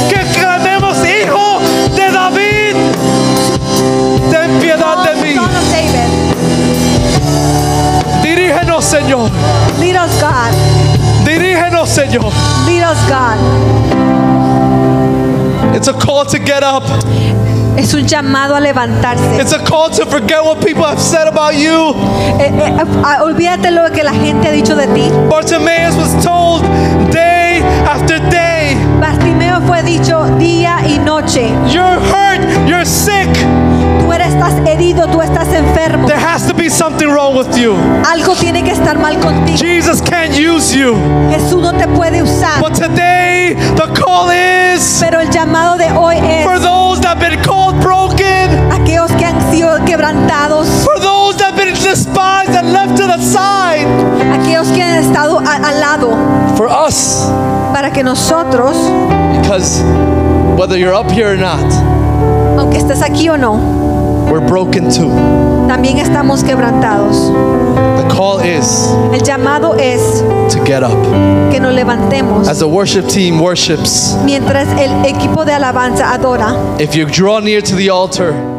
Speaker 2: que clamemos, Hijo de David, ten piedad
Speaker 3: call
Speaker 2: de
Speaker 3: the
Speaker 2: mí.
Speaker 3: son of David,
Speaker 2: Dirígenos, Señor.
Speaker 3: lead us God,
Speaker 2: Dirígenos, Señor.
Speaker 3: lead us God.
Speaker 2: It's a call to get up.
Speaker 3: Es un llamado a levantarse.
Speaker 2: It's a call to forget what people have said about you.
Speaker 3: Eh, eh, ah, olvídate lo que la gente ha dicho de ti.
Speaker 2: Bartimaeus was told day after day,
Speaker 3: Bartimeo fue dicho día y noche.
Speaker 2: you're hurt, you're sick.
Speaker 3: Tú eres- estás herido, tú estás enfermo.
Speaker 2: There has to be something wrong with you.
Speaker 3: Algo tiene que estar mal contigo.
Speaker 2: Jesus can't use you.
Speaker 3: Jesús no te puede usar.
Speaker 2: But today, the call is
Speaker 3: Pero el llamado de hoy es
Speaker 2: for those that have been called broken,
Speaker 3: aquellos que han sido quebrantados,
Speaker 2: For those that have been despised and left to the side.
Speaker 3: aquellos que han estado a- al lado,
Speaker 2: For us,
Speaker 3: para que nosotros,
Speaker 2: because whether you're up here or not,
Speaker 3: aunque estés aquí o no,
Speaker 2: we're broken too.
Speaker 3: también estamos quebrantados.
Speaker 2: The call is
Speaker 3: El llamado es
Speaker 2: to get up.
Speaker 3: que nos levantemos.
Speaker 2: As the worship team worships,
Speaker 3: Mientras el equipo de alabanza adora,
Speaker 2: if you draw near to the altar,